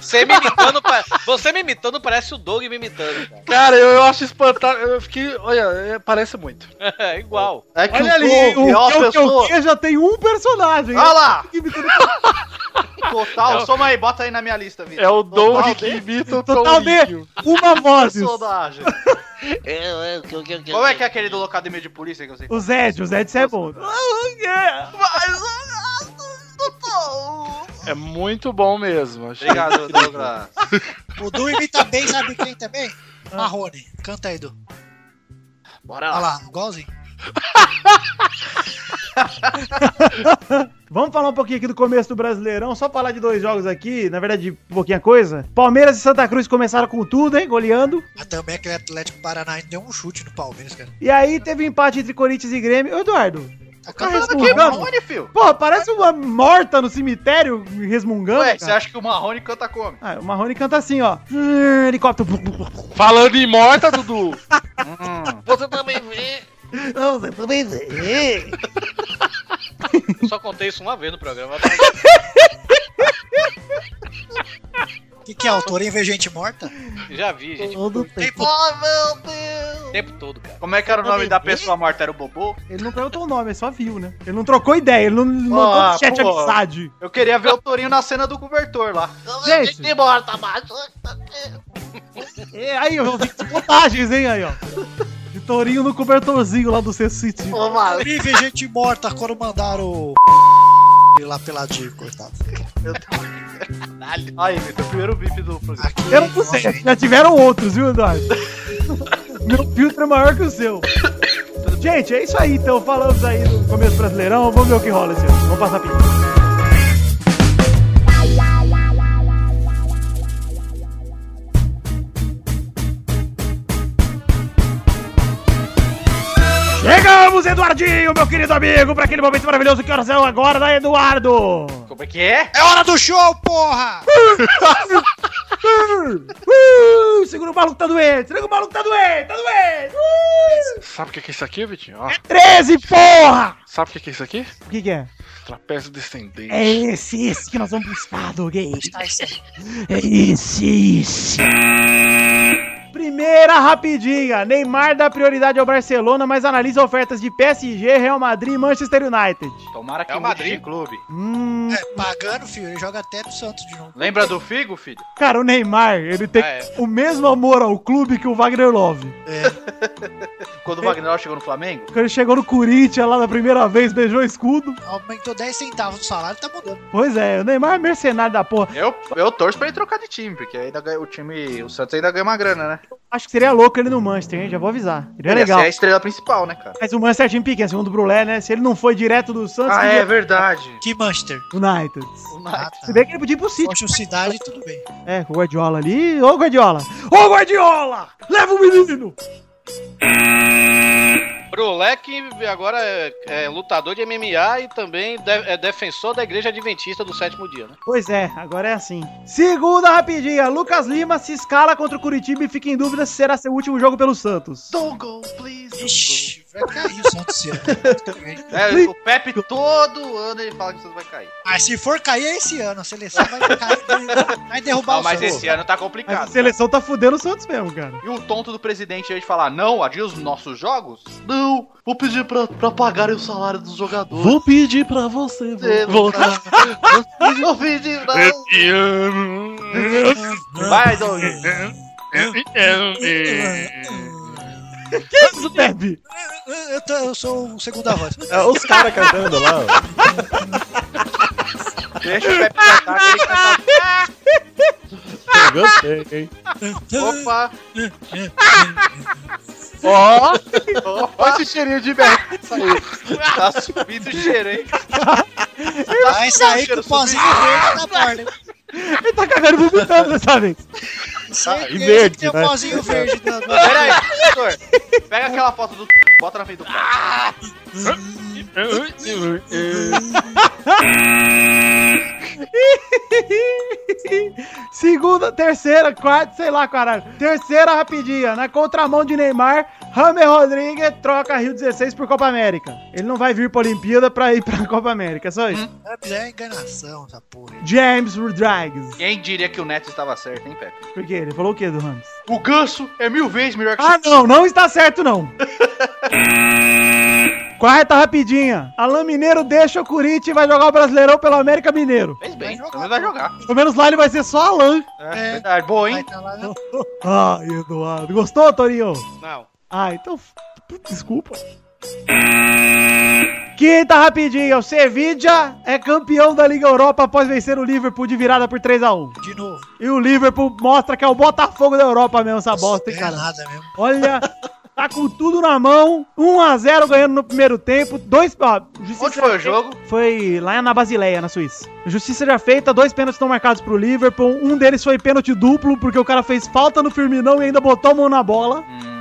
Speaker 8: Você me imitando, pa- você me imitando parece o Doug me imitando, cara.
Speaker 4: Cara, eu, eu acho espantado. Eu fiquei. Olha, é, parece muito.
Speaker 8: É, igual.
Speaker 7: É que
Speaker 2: Olha ali,
Speaker 7: o Doug é uma
Speaker 2: o que eu- que eu
Speaker 7: pessoa...
Speaker 2: vi já tem um personagem. né?
Speaker 7: Olha lá!
Speaker 2: Que me deu- É
Speaker 7: Total, soma aí, bota aí na minha lista, Vitor.
Speaker 4: É o
Speaker 7: Total
Speaker 4: Doug que
Speaker 7: de
Speaker 4: imita o
Speaker 2: Total
Speaker 4: Tom
Speaker 2: D,
Speaker 4: Hill.
Speaker 2: uma voz.
Speaker 7: personagem.
Speaker 10: Eu, eu, que, que, que,
Speaker 7: Como é que é aquele do Locademia de Polícia que eu sei?
Speaker 2: O Zed, o Zed, isso é bom.
Speaker 4: É muito bom mesmo. achei.
Speaker 7: Obrigado, Douglas.
Speaker 5: O Du imita bem, sabe quem também?
Speaker 2: Ah.
Speaker 5: Marrone. Canta aí, Du.
Speaker 10: Bora
Speaker 5: Olha
Speaker 10: lá.
Speaker 5: lá, igualzinho.
Speaker 2: Vamos falar um pouquinho aqui do começo do Brasileirão, só falar de dois jogos aqui, na verdade, pouquinha coisa. Palmeiras e Santa Cruz começaram com tudo, hein, goleando.
Speaker 5: Mas também aquele Atlético Paranaense deu um chute no Palmeiras, cara.
Speaker 2: E aí teve um empate entre Corinthians e Grêmio. Ô, Eduardo,
Speaker 5: Tá
Speaker 2: tá
Speaker 5: cantando aqui.
Speaker 2: resmungando?
Speaker 7: Marrone, filho.
Speaker 2: Pô, parece uma morta no cemitério resmungando,
Speaker 7: Ué, você
Speaker 2: cara.
Speaker 7: acha que o Marrone canta como?
Speaker 2: Ah, o Marrone canta assim, ó. Helicóptero.
Speaker 4: Falando em morta, Dudu.
Speaker 10: Você também vê.
Speaker 3: Não, você também vê.
Speaker 8: Só contei isso uma vez no programa.
Speaker 5: O que, que é? O Torinho vê gente morta?
Speaker 8: Já vi, gente, Tipo,
Speaker 3: Todo tempo.
Speaker 8: o tempo todo, cara.
Speaker 7: Como é que era o nome da pessoa morta? Era o Bobô?
Speaker 2: Ele não perguntou o nome, ele só viu, né? Ele não trocou ideia, ele não mandou
Speaker 7: Ah,
Speaker 2: no chat
Speaker 7: pô.
Speaker 2: amizade.
Speaker 7: Eu queria ver o Torinho na cena do cobertor lá.
Speaker 2: Gente.
Speaker 10: Gente, bora, tá baixo.
Speaker 2: E aí, eu vi montagens, hein, aí, ó. De tourinho no cobertorzinho lá do C-City.
Speaker 10: Ô, mano.
Speaker 5: Torinho vê gente morta quando mandaram o... Lá peladinho, coitado.
Speaker 7: Aí, Vitor, primeiro bip do programa.
Speaker 5: Aqui,
Speaker 2: Eu não sei, já tiveram outros, viu, Eduardo? Meu filtro é maior que o seu. Gente, é isso aí, então. Falamos aí no começo do Brasileirão. Vamos ver o que rola esse ano. Vamos passar a pinta. Chegamos, Eduardinho, meu querido amigo, para aquele momento maravilhoso. Que horas são agora, né, Eduardo?
Speaker 7: Como é que é?
Speaker 5: É hora do show, porra!
Speaker 2: Uh, segura o maluco tá doente, segura o maluco tá doente, tá doente. Uh,
Speaker 4: Sabe o que que é isso aqui, Vitinho? Ó,
Speaker 2: 13, porra!
Speaker 4: sabe o que que é isso aqui?
Speaker 2: O que que é?
Speaker 4: Trapézio descendente.
Speaker 2: É esse, esse que nós vamos buscar, Doguei.
Speaker 5: Tá, isso aí.
Speaker 2: É esse, esse. Primeira rapidinha. Neymar dá prioridade ao Barcelona, mas analisa ofertas de PSG, Real Madrid e Manchester United.
Speaker 7: Tomara que
Speaker 8: É o Madrid.
Speaker 7: mude de clube.
Speaker 2: Hum,
Speaker 5: É, pagando, filho, ele joga até no Santos de novo.
Speaker 7: Lembra do Figo, filho?
Speaker 2: cara, o Neymar, ele tem
Speaker 8: Ah, é.
Speaker 2: o mesmo amor ao clube que o Wagner Love.
Speaker 5: É.
Speaker 7: Quando o Wagner chegou no Flamengo?
Speaker 2: Quando ele chegou no Corinthians lá na primeira vez, beijou o escudo.
Speaker 5: Aumentou 10 centavos do salário, tá mudando.
Speaker 2: Pois é, o Neymar é mercenário da porra.
Speaker 7: Eu, eu torço pra ele trocar de time, porque ainda ganha- o time. O Santos ainda ganha uma grana, né?
Speaker 2: Acho que seria louco ele no Manchester, hein? Já vou avisar.
Speaker 5: é
Speaker 2: Seria
Speaker 7: Ele ia ser
Speaker 2: legal.
Speaker 7: a estrela principal, né, cara?
Speaker 2: Mas o Manchester é time pequeno, segundo o Brulé, né? Se ele não foi direto do Santos,
Speaker 7: Ah,
Speaker 2: ele
Speaker 7: é
Speaker 2: ia
Speaker 7: verdade.
Speaker 5: Que Manchester.
Speaker 2: pro United.
Speaker 5: Ah, tá.
Speaker 2: Se bem que ele podia ir pro City.
Speaker 5: Poxa, cidade, tudo bem.
Speaker 2: É, com o Guardiola ali. Ô, Guardiola! Ô, Guardiola! Leva o menino!
Speaker 8: Brulé que agora é, é lutador de MMA e também de- é defensor da Igreja Adventista do Sétimo Dia, né?
Speaker 2: Pois é, agora é assim. Segunda rapidinha. Lucas Lima se escala contra o Curitiba e fica em dúvida se será seu último jogo pelo Santos.
Speaker 5: Ixi, vai cair o Santos esse ano.
Speaker 7: É, o Pepe todo ano ele fala que o Santos vai cair.
Speaker 5: Mas se for cair é esse ano, a seleção vai cair, vai derrubar
Speaker 7: Ah,
Speaker 5: o
Speaker 7: mas
Speaker 5: Santos.
Speaker 7: esse ano tá
Speaker 2: Mas a
Speaker 7: complicado.
Speaker 2: seleção tá fudendo o Santos mesmo, cara.
Speaker 7: E o tonto do presidente aí de falar, não, adios nossos jogos? Não, vou pedir pra, pra pagarem o salário dos jogadores.
Speaker 6: Vou pedir pra você voltar.
Speaker 7: Vou pedir pra... Vai, Doug.
Speaker 2: Que isso, Pepe?
Speaker 5: Eu, tô- eu sou um o segunda voz.
Speaker 6: É, os caras cantando lá. ó.
Speaker 7: Deixa o Pepe cantar, que ele canta...
Speaker 6: Eu gostei, hein?
Speaker 7: Opa,
Speaker 4: Ó,
Speaker 7: olha esse cheirinho de merda. Tá subindo o cheiro, hein? Tá
Speaker 5: Vai sair com o pozinho verde na borda.
Speaker 2: Ele tá cagando vomitando dessa vez.
Speaker 5: Isso aí,
Speaker 6: e
Speaker 5: esse
Speaker 6: verde,
Speaker 5: tem o
Speaker 6: né?
Speaker 5: pozinho verde na borda.
Speaker 7: Pera aí, professor. Pega aquela foto do... Bota na frente do...
Speaker 2: Segunda, terceira, quarta, sei lá, caralho. Terceira rapidinha. Na contramão de Neymar, James Rodrigues troca Rio 16 por Copa América. Ele não vai vir pra Olimpíada pra ir pra Copa América, é só isso.
Speaker 7: Hum?
Speaker 5: É enganação essa porra.
Speaker 2: James Rodrigues.
Speaker 7: Quem diria que o Neto estava certo, hein, Pepe?
Speaker 2: Por quê? Ele falou o quê do Ramos?
Speaker 7: O Ganso é mil vezes melhor que
Speaker 2: Ah, não, não está certo, não. Quarta rapidinha. Alain Mineiro deixa o Corinthians e vai jogar o Brasileirão pelo América Mineiro.
Speaker 7: Fez bem,
Speaker 5: Vai jogar.
Speaker 7: também vai jogar.
Speaker 2: Pelo menos lá ele vai ser só Alain.
Speaker 7: É, verdade. Boa,
Speaker 5: Vai
Speaker 7: hein?
Speaker 5: tá lá, né?
Speaker 2: Ai, Ah, Eduardo. Gostou, Torinho?
Speaker 8: Não.
Speaker 2: Ah, então. f- Desculpa. Quinta rapidinha. O Sevilla é campeão da Liga Europa após vencer o Liverpool de virada por 3x1.
Speaker 5: De novo.
Speaker 2: E o Liverpool mostra que é o Botafogo da Europa mesmo, essa bosta, hein,
Speaker 5: É
Speaker 2: cara.
Speaker 5: nada mesmo.
Speaker 2: Olha, tá com tudo na mão. 1x0 ganhando no primeiro tempo. Dois. Ó, justiça
Speaker 7: Onde foi o jogo?
Speaker 2: Foi lá na Basileia, na Suíça. Justiça já feita, dois pênaltis estão marcados pro Liverpool. Um deles foi pênalti duplo, porque o cara fez falta no Firminão e ainda botou a mão na bola.
Speaker 7: Hum?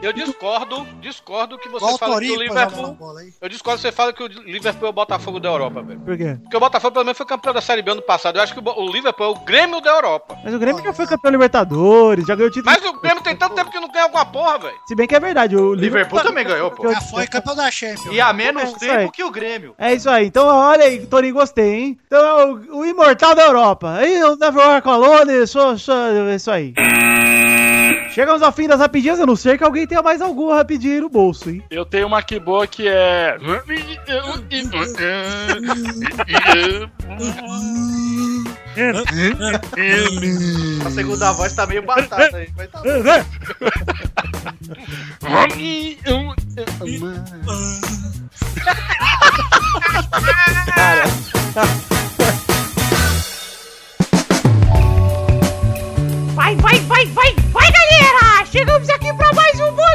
Speaker 8: Eu discordo, discordo que você
Speaker 5: Igual o
Speaker 8: fala que o
Speaker 5: Torinho põe a mão na
Speaker 8: Liverpool.
Speaker 5: bola aí.
Speaker 8: Eu discordo que você fala que o Liverpool é o Botafogo da Europa, velho.
Speaker 2: Por quê?
Speaker 8: Porque o Botafogo, pelo menos, foi campeão da Série B ano passado. Eu acho que o Bo- o Liverpool é o Grêmio da Europa.
Speaker 2: Mas o Grêmio já foi campeão Libertadores, já ganhou título.
Speaker 8: Mas o Grêmio tem tanto tempo que não ganha alguma porra, velho.
Speaker 2: Se bem que é verdade, o
Speaker 7: Liverpool também ganhou, pô.
Speaker 5: Já foi campeão da Champions.
Speaker 7: E há menos
Speaker 2: Isso aí.
Speaker 7: tempo que o Grêmio.
Speaker 2: É isso aí. Então, olha aí, Torinho, gostei, hein? Então é o, o imortal da Europa. Aí, o Neverwhere Colony, só, só, é isso aí. Chegamos ao fim das rapidinhas, a não ser que alguém tenha mais alguma rapidinha aí no bolso, hein?
Speaker 11: Eu tenho uma que boa que é.
Speaker 5: É
Speaker 7: A segunda voz tá meio batata aí, mas tá bom.
Speaker 5: É, né?
Speaker 7: tá.
Speaker 9: Vai, vai, vai, vai, vai, galera! Chegamos aqui pra mais um bolão!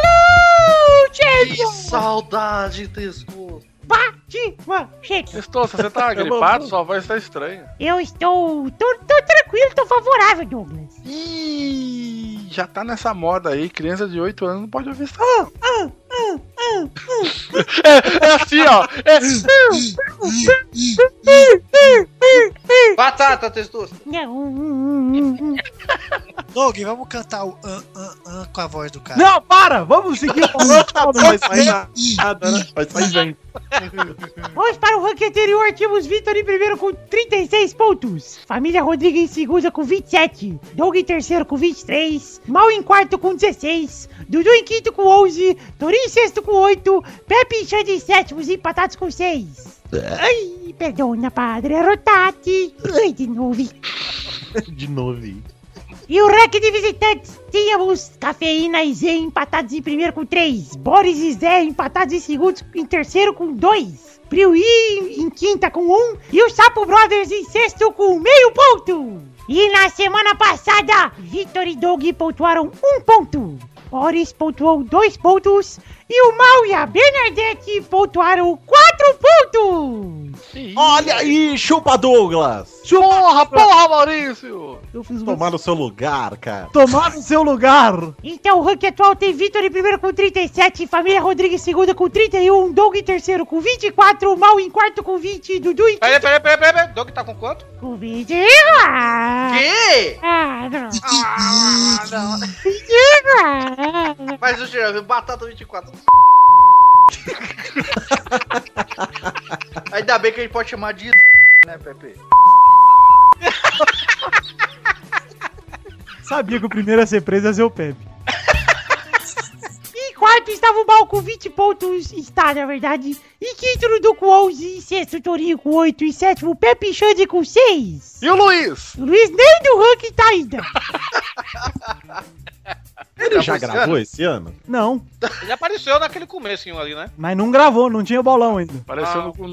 Speaker 7: Que
Speaker 9: Chegou!
Speaker 7: saudade, Tesco.
Speaker 9: Bate! Mano, chega!
Speaker 11: Estou, você tá gripado, sua voz tá estranha.
Speaker 9: Eu estou. tô, tô tranquilo, tô favorável, Douglas.
Speaker 11: Ih, já tá nessa moda aí, criança de 8 anos não pode ouvir isso.
Speaker 9: Ah,
Speaker 11: não. é, é assim, ó. É,
Speaker 7: Batata, Tesco.
Speaker 9: Não, hum, hum, hum, hum.
Speaker 5: Doug, vamos cantar o an, an, an com a voz do cara.
Speaker 2: Não, para! Vamos seguir falando. tá bom.
Speaker 6: Vai sair nada, né? Vai sair bem.
Speaker 9: Vamos para o ranking anterior. Tínhamos Vitor em primeiro com 36 pontos. Família Rodrigues em segunda com 27. Doug em terceiro com 23. Mal em quarto com 16. Dudu em quinto com 11. Torinho em sexto com 8. Pepe e Xande em sétimos, empatados com 6. Ai, perdona, padre é Rotati. Ai, de novo.
Speaker 6: De novo. hein?
Speaker 9: E o ranking de visitantes, tínhamos Cafeína e Zé empatados em primeiro com 3, Boris e Zé empatados em segundo, em terceiro com 2, Priui em quinta com 1 um, e o Sapo Brothers em sexto com meio ponto. E na semana passada, Vitor e Doug pontuaram um ponto. Boris pontuou dois pontos. E o Mal e a Bernadette pontuaram quatro pontos.
Speaker 6: Olha aí, chupa Douglas!
Speaker 7: Porra, porra, Maurício!
Speaker 2: Eu fiz
Speaker 6: Tomar no seu lugar, cara.
Speaker 2: Tomar no seu lugar.
Speaker 9: Então, o ranking atual tem Vitor em primeiro com 37, Família Rodrigues em segundo com 31, Doug em terceiro com 24, Mal em quarto com 20, Dudu em
Speaker 8: Peraí, peraí, peraí, peraí. peraí. Doug tá com quanto?
Speaker 9: com 20. Ah,
Speaker 7: Que?
Speaker 9: não.
Speaker 7: Ah, não.
Speaker 9: Diga!
Speaker 7: Mas eu já vi batata 24. Ainda bem que a gente pode chamar de né, Pepe?
Speaker 2: Sabia que o primeiro a ser preso ia ser o Pepe.
Speaker 9: Em quarto estava o Mal com 20 pontos, está na verdade. Em quinto, Dudu com 11, em sexto, Torinho com 8, em sétimo, Pepe e Xande com 6.
Speaker 7: E o Luiz?
Speaker 9: O Luiz nem do ranking tá ainda.
Speaker 6: Ele já gravou esse ano?
Speaker 2: Não,
Speaker 8: Ele apareceu naquele comecinho ali, né?
Speaker 2: mas não gravou, não tinha bolão ainda.
Speaker 11: Apareceu
Speaker 8: Ah.
Speaker 11: no,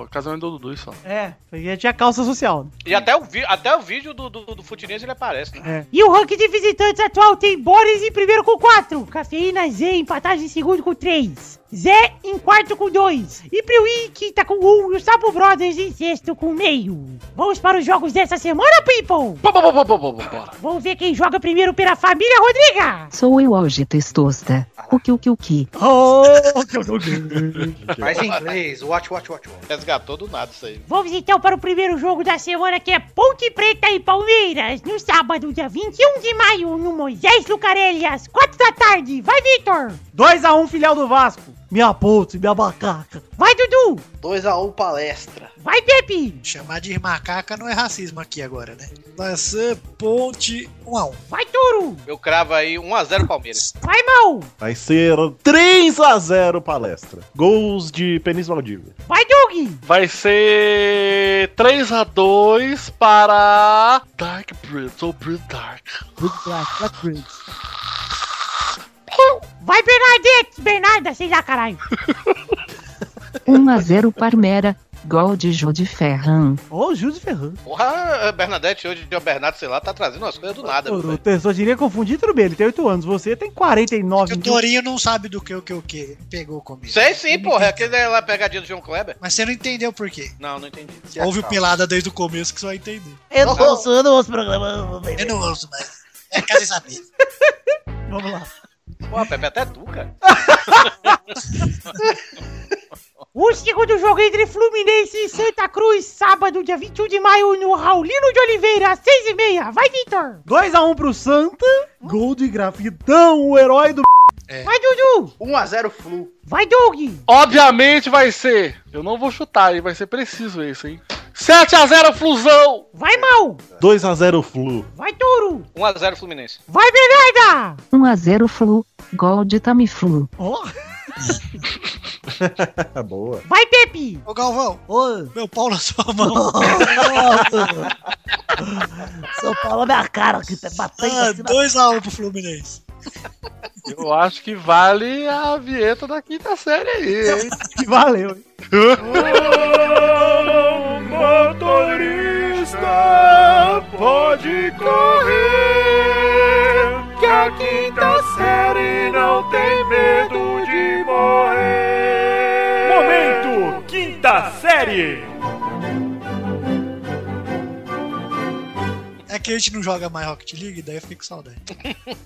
Speaker 11: no casamento do Dudu só.
Speaker 2: É, porque tinha calça social.
Speaker 8: E até o, vi- até o vídeo do, do, do Futirinense ele aparece, né?
Speaker 2: É.
Speaker 9: E o ranking de visitantes atual tem Boris em primeiro com 4, Cafeína Z empatado em segundo com 3, Zé em quarto com 2, e Priuí em quinta com 1 um, e o Sapo Brothers em sexto com meio. Vamos para os jogos dessa semana, people!
Speaker 7: Pô, pô, pô, pô, pô, pô, pô, bora.
Speaker 9: Vamos ver quem joga primeiro pela família Rodriga!
Speaker 12: Sou eu hoje, testosta. O que o que o que?
Speaker 2: Oh, que eu joguei.
Speaker 7: Mas em inglês, watch, watch, watch. watch.
Speaker 8: Resgatou do nada isso aí.
Speaker 9: Vamos então para o primeiro jogo da semana que é Ponte Preta e Palmeiras, no sábado, dia 21 de maio, no Moisés Lucarelli, às 4 da tarde. Vai, Vitor!
Speaker 2: 2x1, filial do Vasco. Minha ponte, minha macaca.
Speaker 9: Vai, Dudu!
Speaker 10: 2x1 palestra.
Speaker 9: Vai, Pepe!
Speaker 5: Chamar de macaca não é racismo aqui agora, né? Vai ser ponte 1 a 1
Speaker 9: Vai, Turo!
Speaker 8: Eu cravo aí 1x0 Palmeiras.
Speaker 9: Vai, Mal!
Speaker 6: Vai ser 3x0 palestra. Gols de Penis Valdívia.
Speaker 9: Vai, Doug!
Speaker 11: Vai ser 3x2 para Dark Brits ou Brit Dark.
Speaker 9: Vai, Bernadette! Bernarda, sei lá, caralho!
Speaker 12: 1 a 0 Parmera. Gol de Jô de Ferran.
Speaker 2: Ô, oh, Júlio Ferrando.
Speaker 8: Porra, a Bernadette hoje, o Bernardo, sei lá, tá trazendo umas coisas do nada. meu
Speaker 2: O
Speaker 8: velho.
Speaker 2: Tessotirinha confundiu tudo bem, ele tem 8 anos, você tem 49
Speaker 5: O Torinho não sabe do que o que o que pegou comigo.
Speaker 8: Sei sim, porra. Aquele é lá pegadinha do João Kleber.
Speaker 5: Mas você não entendeu por quê.
Speaker 8: Não, não entendi.
Speaker 5: Houve o pelada desde o começo que você vai entender.
Speaker 3: Eu não consumo os programas.
Speaker 5: Eu não ouço mais. É quero saber.
Speaker 2: Vamos lá.
Speaker 8: Pô, Pepe, até tu, cara.
Speaker 9: O segundo jogo entre Fluminense e Santa Cruz, sábado, dia 21 de maio, no Raulino de Oliveira, às 6 e meia. Vai, Vitor!
Speaker 2: 2x1 pro Santa. Gol de grafitão, o herói do.
Speaker 1: É.
Speaker 9: Vai, Dudu!
Speaker 7: 1x0 Flu.
Speaker 9: Vai, Doug!
Speaker 11: Obviamente vai ser. Eu não vou chutar, hein? vai ser preciso isso, hein? 7x0 Flusão!
Speaker 9: Vai, Mal!
Speaker 6: 2x0 Flu.
Speaker 9: Vai, Turo!
Speaker 8: 1x0 Fluminense.
Speaker 9: Vai, Bernarda!
Speaker 12: 1 Ah. a 0 Flu. Gol de Tamiflu.
Speaker 2: Ó,
Speaker 6: Boa.
Speaker 9: Vai, Pepe!
Speaker 5: Ô Galvão,
Speaker 3: Ô,
Speaker 5: meu pau na sua mão.
Speaker 3: São Paulo é minha cara que tá batendo
Speaker 5: Ah,
Speaker 3: assim na
Speaker 5: 2x1 pro Fluminense.
Speaker 11: Eu acho que vale a vinheta da quinta série aí, hein?
Speaker 2: que valeu, hein?
Speaker 1: motorista, pode correr, que a quinta série não tem medo de morrer. Momento, quinta série.
Speaker 5: É que a gente não joga mais Rocket League, daí eu fico com saudade.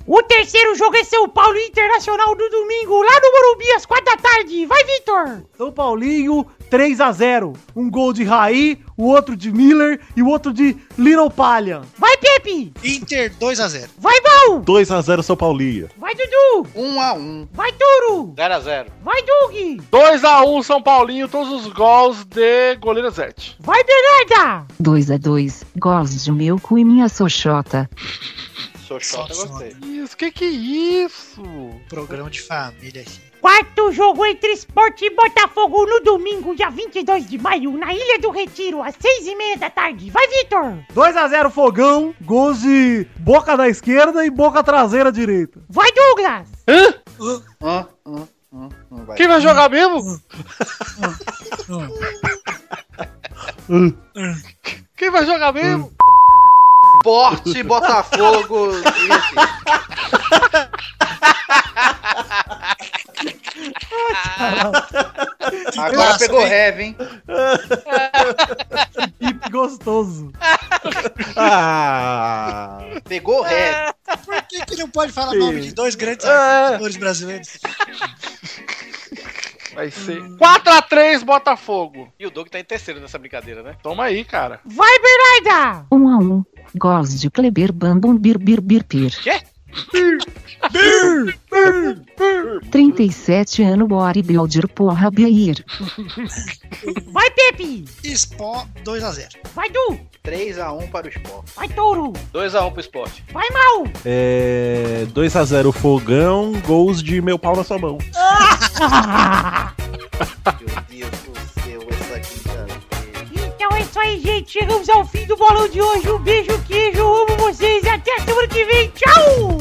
Speaker 9: O terceiro jogo é São Paulo e Internacional no domingo, lá no Morumbi, às 4 da tarde. Vai, Vitor!
Speaker 2: São Paulinho, 3x0. Um gol de Raí, o outro de Miller e o outro de Little Palha.
Speaker 9: Vai, Pepe!
Speaker 5: Inter 2x0.
Speaker 9: Vai, Mal!
Speaker 6: 2x0 São Paulinho.
Speaker 9: Vai, Dudu!
Speaker 7: 1x1.
Speaker 9: Vai, Turo!
Speaker 8: 0x0.
Speaker 9: Vai, Doug!
Speaker 11: 2x1 São Paulinho, todos os gols de goleiro Zete.
Speaker 9: Vai, Bernarda!
Speaker 12: 2 a 2 Gols de meu cu e minha sochota.
Speaker 8: Sou
Speaker 5: Só,
Speaker 8: chota,
Speaker 5: só.
Speaker 8: gostei.
Speaker 11: Isso, que que é isso?
Speaker 5: Programa de família aqui.
Speaker 9: Quarto jogo entre Sport e Botafogo no domingo, dia 22 de maio, na Ilha do Retiro, às seis e meia da tarde. Vai, Vitor!
Speaker 2: 2x0 Fogão, gols de boca da esquerda e boca traseira direita.
Speaker 9: Vai, Douglas!
Speaker 7: Hã? Hã? Hã? Hã? Vai.
Speaker 11: Quem vai jogar mesmo? Quem vai jogar mesmo?
Speaker 7: Esporte Botafogo. Agora
Speaker 2: Nossa,
Speaker 7: pegou
Speaker 2: hein?
Speaker 7: heavy, hein?
Speaker 2: Hip gostoso. Ah,
Speaker 6: Ah!
Speaker 7: Pegou
Speaker 5: heavy. Por que, que não pode falar nome de dois grandes arquitectores brasileiros?
Speaker 11: Vai ser 4x3 Botafogo.
Speaker 8: E o Doug tá em terceiro nessa brincadeira, né?
Speaker 11: Toma aí, cara.
Speaker 9: Vai, Bernarda!
Speaker 12: 1 um a 1. Um. Gols de Kleber Bambum Bir Bir Bir Bir.
Speaker 8: Quê?
Speaker 12: 37 ano bodybuilder porra Beir.
Speaker 9: Vai, Pepe!
Speaker 5: Spó 2x0.
Speaker 9: Vai, Du!
Speaker 7: 3x1 para o esporte.
Speaker 9: Vai, Touro!
Speaker 8: 2x1 pro esporte.
Speaker 9: Vai, Mal!
Speaker 6: É. 2x0 fogão, gols de meu pau na sua mão.
Speaker 7: Meu Deus do céu, essa aqui, cara.
Speaker 9: Então é isso aí, gente. Chegamos ao fim do bolão de hoje. Um beijo, queijo. Eu amo vocês. e Até semana que vem. Tchau!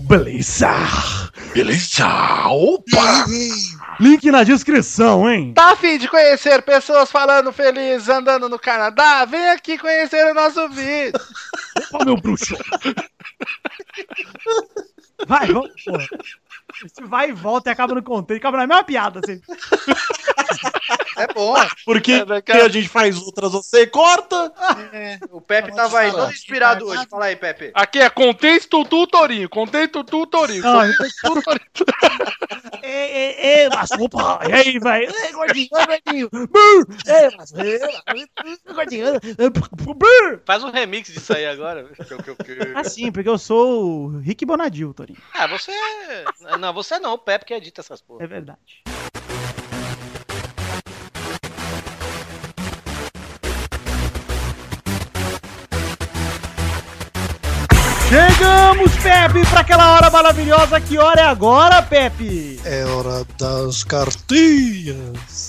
Speaker 2: Beleza!
Speaker 11: Beleza! Opa!
Speaker 2: Link na descrição, hein?
Speaker 11: Tá a fim de conhecer pessoas falando feliz andando no Canadá? Vem aqui conhecer o nosso vídeo.
Speaker 2: Opa, meu bruxo! Vai, vamos, porra. Esse vai e volta e acaba no conteúdo. Acaba na mesma piada, assim.
Speaker 7: É bom.
Speaker 6: Porque a gente faz outras, você corta.
Speaker 7: É. O Pepe tava aí todo inspirado hoje. Fala aí, Pepe.
Speaker 11: Aqui é contexto tutorinho, contexto tutorinho.
Speaker 7: Não, eu
Speaker 2: Ei, ei, ei, É, mas opa, e aí, velho? Ei, gordinho, ei, gordinho. Brr, Ei, mas, ei, mas, gordinho. ei, brr.
Speaker 8: Faz um remix disso aí agora.
Speaker 2: Assim, porque eu sou o Rick Bonadil, Torinho.
Speaker 8: Ah, você. é- Não, você não, o Pepe que edita essas porra.
Speaker 2: É verdade. Chegamos, Pepe, pra aquela hora maravilhosa. Que hora é agora, Pepe?
Speaker 5: É hora das cartinhas.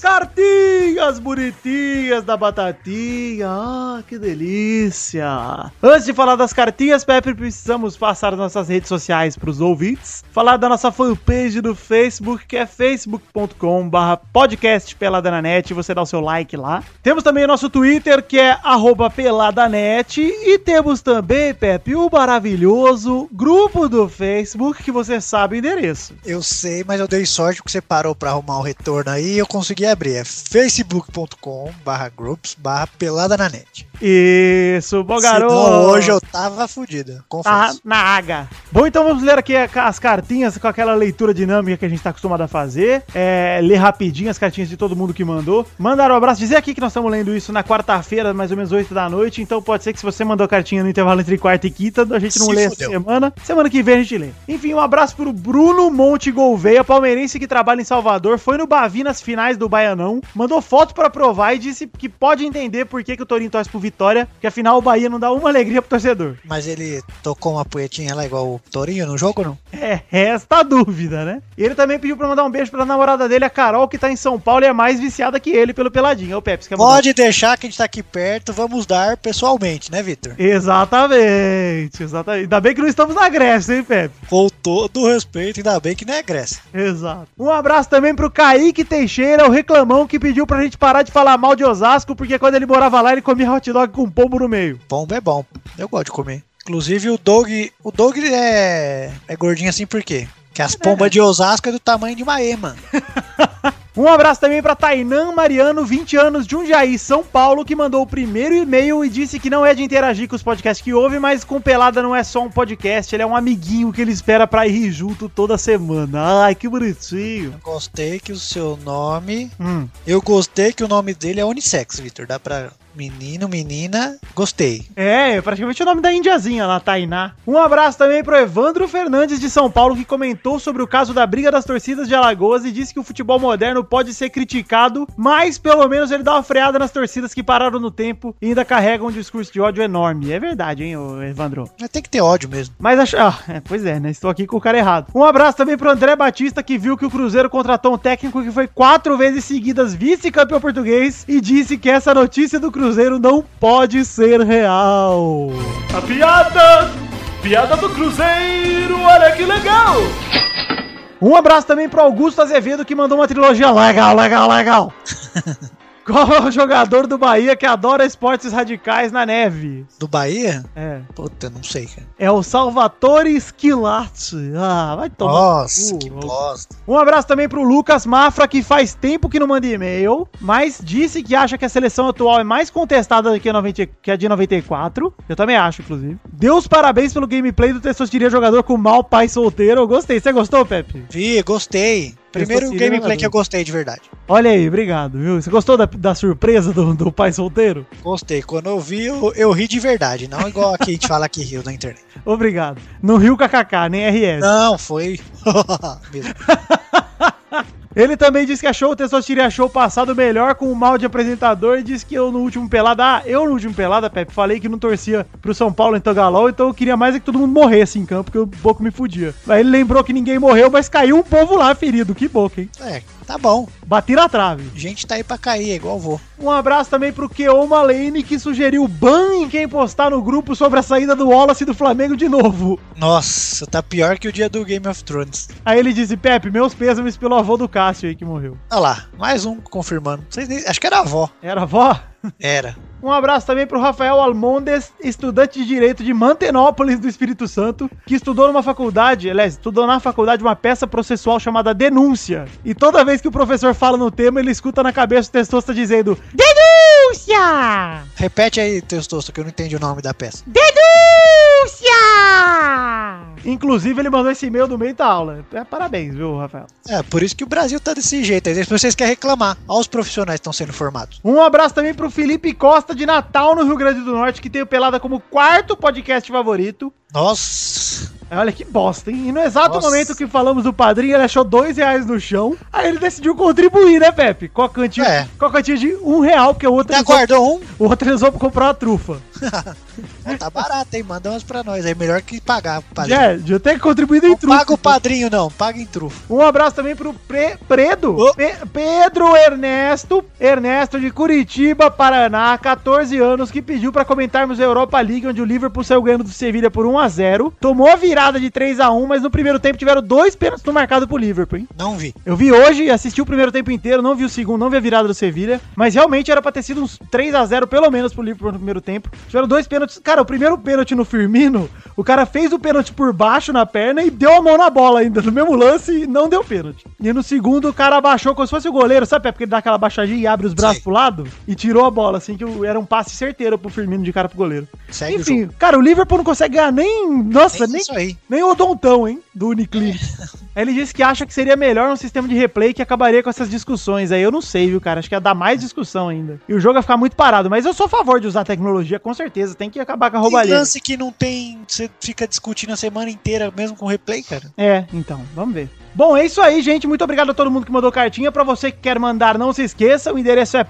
Speaker 2: Cartinhas bonitinhas da batatinha. Ah, que delícia. Antes de falar das cartinhas, Pepe, precisamos passar nossas redes sociais para os ouvintes. Falar da nossa fanpage do Facebook, que é facebook.com podcast Peladananet. Você dá o seu like lá. Temos também o nosso Twitter, que é arroba peladanet. E temos também, Pepe, o maravilhoso grupo do Facebook, que você sabe o endereço.
Speaker 5: Eu sei, mas eu dei sorte que você parou pra arrumar o retorno aí e eu consegui abrir. É facebook.com barra groups barra pelada na net.
Speaker 2: Isso, bom garoto.
Speaker 5: Senão um hoje eu tava um fudida,
Speaker 2: Tá
Speaker 5: confesso.
Speaker 2: na aga. Bom, então vamos ler aqui a- as cartinhas com aquela leitura dinâmica que a gente tá acostumado a fazer. É, ler rapidinho as cartinhas de todo mundo que mandou. Mandaram um abraço. Dizer aqui que nós estamos lendo isso na quarta-feira, mais ou menos 8 da noite. Então pode ser que se você mandou cartinha no intervalo entre quarta e quinta, a gente não
Speaker 5: Se
Speaker 2: lê essa
Speaker 5: fudeu.
Speaker 2: semana. Semana que vem a gente lê. Enfim, um abraço pro Bruno Monte Gouveia, palmeirense que trabalha em Salvador. Foi no Bavi nas finais do Baianão. Mandou foto pra provar e disse que pode entender por que, que o Torinho torce pro Vitória, que afinal o Bahia não dá uma alegria pro torcedor.
Speaker 5: Mas ele tocou uma poetinha lá igual o Torinho no jogo, não?
Speaker 2: É, resta a dúvida, né? E ele também pediu pra mandar um beijo pra namorada dele, a Carol, que tá em São Paulo e é mais viciada que ele pelo Peladinho. Ô, Pepe, você quer mandar? um
Speaker 5: Pode deixar que a gente tá aqui perto, vamos dar pessoalmente, né, Vitor?
Speaker 2: Exatamente, exatamente. Ainda bem que não estamos na Grécia, hein, Pepe?
Speaker 5: Com todo o respeito, ainda bem que não é Grécia.
Speaker 2: Exato. Um abraço também pro Kaique Teixeira, o reclamão que pediu pra gente parar de falar mal de Osasco, porque quando ele morava lá, ele comia hot dog com pombo no meio.
Speaker 5: Pombo é bom, eu gosto de comer. Inclusive o Doug, o Doug ele é, é gordinho assim por quê? Porque as pombas de Osasco é do tamanho de uma ema.
Speaker 2: Um abraço também pra Tainan Mariano, 20 anos, de Jundiaí, São Paulo, que mandou o primeiro e-mail e disse que não é de interagir com os podcasts que ouve, mas com Pelada não é só um podcast, ele é um amiguinho que ele espera pra ir junto toda semana. Ai, que bonitinho.
Speaker 5: Gostei que o seu nome.
Speaker 2: Hum.
Speaker 5: Eu gostei que o nome dele é unissex, Vitor. Dá pra menino, menina. Gostei.
Speaker 2: É, praticamente o nome da indiazinha lá, Tainá. Um abraço também pro Evandro Fernandes de São Paulo, que comentou sobre o caso da briga das torcidas de Alagoas e disse que o futebol moderno pode ser criticado, mas pelo menos ele dá uma freada nas torcidas que pararam no tempo e ainda carregam um discurso de ódio enorme. É verdade, hein, ô Evandro?
Speaker 5: Mas tem que ter ódio mesmo.
Speaker 2: Mas acho. Ah, é, pois é, né? Estou aqui com o cara errado. Um abraço também pro André Batista, que viu que o Cruzeiro contratou um técnico que foi quatro vezes seguidas vice-campeão português e disse que essa notícia do Cruzeiro. Cruzeiro não pode ser real.
Speaker 1: A piada! Piada do Cruzeiro, olha que legal!
Speaker 2: Um abraço também pro Augusto Azevedo que mandou uma trilogia legal, legal, legal. Qual é o jogador do Bahia que adora esportes radicais na neve?
Speaker 5: Do Bahia?
Speaker 2: É.
Speaker 5: Puta, não sei, cara.
Speaker 2: É o Salvatore Esquilate. Ah, vai tomar. no
Speaker 5: Nossa,
Speaker 2: cu.
Speaker 5: que bosta.
Speaker 2: Um abraço também pro Lucas Mafra, que faz tempo que não manda e-mail, mas disse que acha que a seleção atual é mais contestada do que a, 90 que a de 94. Eu também acho, inclusive. Deus parabéns pelo gameplay do Testosteria Jogador com mal pai solteiro. Eu gostei. Você gostou, Pepe?
Speaker 5: Vi, gostei. Primeiro
Speaker 2: Testosterona,
Speaker 5: gameplay que eu
Speaker 2: velho.
Speaker 5: gostei de verdade.
Speaker 2: Olha aí, obrigado, viu? Você gostou da, da surpresa do, do pai solteiro?
Speaker 5: Gostei. Quando eu vi, eu, eu ri de verdade. Não igual a que a gente fala que riu na internet.
Speaker 2: Obrigado. Não riu KKK, nem RS.
Speaker 5: Não, foi. Mesmo.
Speaker 2: Ele também disse que achou o Testosteria Show passado melhor com o mal de apresentador e disse que eu no último pelada. Ah, eu no último pelada, Pepe, falei que não torcia pro São Paulo em Tagalol, então eu queria mais é que todo mundo morresse em campo, que o Boco me fudia. Aí ele lembrou que ninguém morreu, mas caiu um povo lá ferido. Que boca, hein?
Speaker 5: É, tá bom.
Speaker 2: Bati na trave.
Speaker 5: Gente tá aí pra cair, é igual vou.
Speaker 2: Um abraço também pro Keoma Lane, que sugeriu ban em quem postar no grupo sobre a saída do Wallace do Flamengo de novo.
Speaker 5: Nossa, tá pior que o dia do Game of Thrones.
Speaker 2: Aí ele disse, Pepe, meus pêsames pelo avô do Cássio aí que morreu.
Speaker 5: Olha lá, mais um confirmando. Vocês nem- Acho que era a avó.
Speaker 2: Era a avó?
Speaker 5: Era.
Speaker 2: Um abraço também pro Rafael Almondes, estudante de Direito de Mantenópolis do Espírito Santo, que estudou numa faculdade, aliás, estudou na faculdade uma peça processual chamada Denúncia. E toda vez que o professor fala no tema, ele escuta na cabeça o testosta dizendo
Speaker 9: Denúncia!
Speaker 5: Repete aí, Testosto, que eu não entendi o nome da peça.
Speaker 9: Denúncia!
Speaker 2: Inclusive, ele mandou esse e-mail no meio da aula. É, Parabéns, viu, Rafael?
Speaker 5: É, por isso que o Brasil tá desse jeito. Aí depois vocês querem reclamar. Olha os profissionais que estão sendo formados.
Speaker 2: Um abraço também pro Felipe Costa, de Natal, no Rio Grande do Norte, que tem o Pelada como quarto podcast favorito.
Speaker 5: Nossa.
Speaker 2: Olha que bosta, hein? E no exato
Speaker 5: Nossa.
Speaker 2: momento que falamos do padrinho, ele achou dois reais no chão. Aí ele decidiu contribuir, né, Pepe? Com a quantia,
Speaker 5: É.
Speaker 2: com a quantia de um real, porque o outro.
Speaker 5: Ainda
Speaker 2: ele usou-
Speaker 5: guardou um?
Speaker 2: O outro ele usou pra comprar uma trufa.
Speaker 5: Ó, tá barato, hein? Manda umas pra nós. É melhor que pagar, padrinho.
Speaker 2: É, devia ter contribuído em trufa.
Speaker 5: Paga o padrinho, não. Paga em trufa.
Speaker 2: Um abraço também pro Pre Predo. Pe- Pedro Ernesto. Ernesto de Curitiba, Paraná, 14 anos, que pediu pra comentarmos a Europa League, onde o Liverpool saiu ganhando do Sevilha por 1 a 0 Tomou a virada de 3 a 1 mas no primeiro tempo tiveram dois pênaltis no marcado pro Liverpool, hein?
Speaker 5: Não vi.
Speaker 2: Eu vi hoje, assisti o primeiro tempo inteiro, não vi o segundo, não vi a virada do Sevilha, mas realmente era pra ter sido uns 3 a 0 pelo menos pro Liverpool no primeiro tempo. Tiveram dois pênaltis. Cara, o primeiro pênalti no Firmino, o cara fez o pênalti por baixo na perna e deu a mão na bola ainda no mesmo lance e não deu pênalti. E no segundo o cara abaixou como se fosse o goleiro, sabe? É porque ele dá aquela baixadinha e abre os braços pro lado e tirou a bola assim que o- era um passe certeiro pro Firmino de cara pro goleiro.
Speaker 5: Segue o
Speaker 2: Enfim,
Speaker 5: jogo.
Speaker 2: cara, o Liverpool não consegue ganhar nem, nossa,
Speaker 5: É
Speaker 2: nem
Speaker 5: isso aí. É.
Speaker 2: nem o Odontão, hein? Do Uniclinic. Aí ele disse que acha que seria melhor um sistema de replay que acabaria com essas discussões. Aí eu não sei, viu, cara? Acho que ia dar mais discussão ainda. E o jogo ia ficar muito parado. Mas eu sou a favor de usar a tecnologia, com certeza. Tem que acabar com a
Speaker 5: Tem
Speaker 2: roubalheira.
Speaker 5: lance que não tem. Você fica discutindo a semana inteira, mesmo com replay, cara.
Speaker 2: É, então, vamos ver. Bom, é isso aí, gente. Muito obrigado a todo mundo que mandou cartinha. Pra você que quer mandar, não se esqueça. O endereço é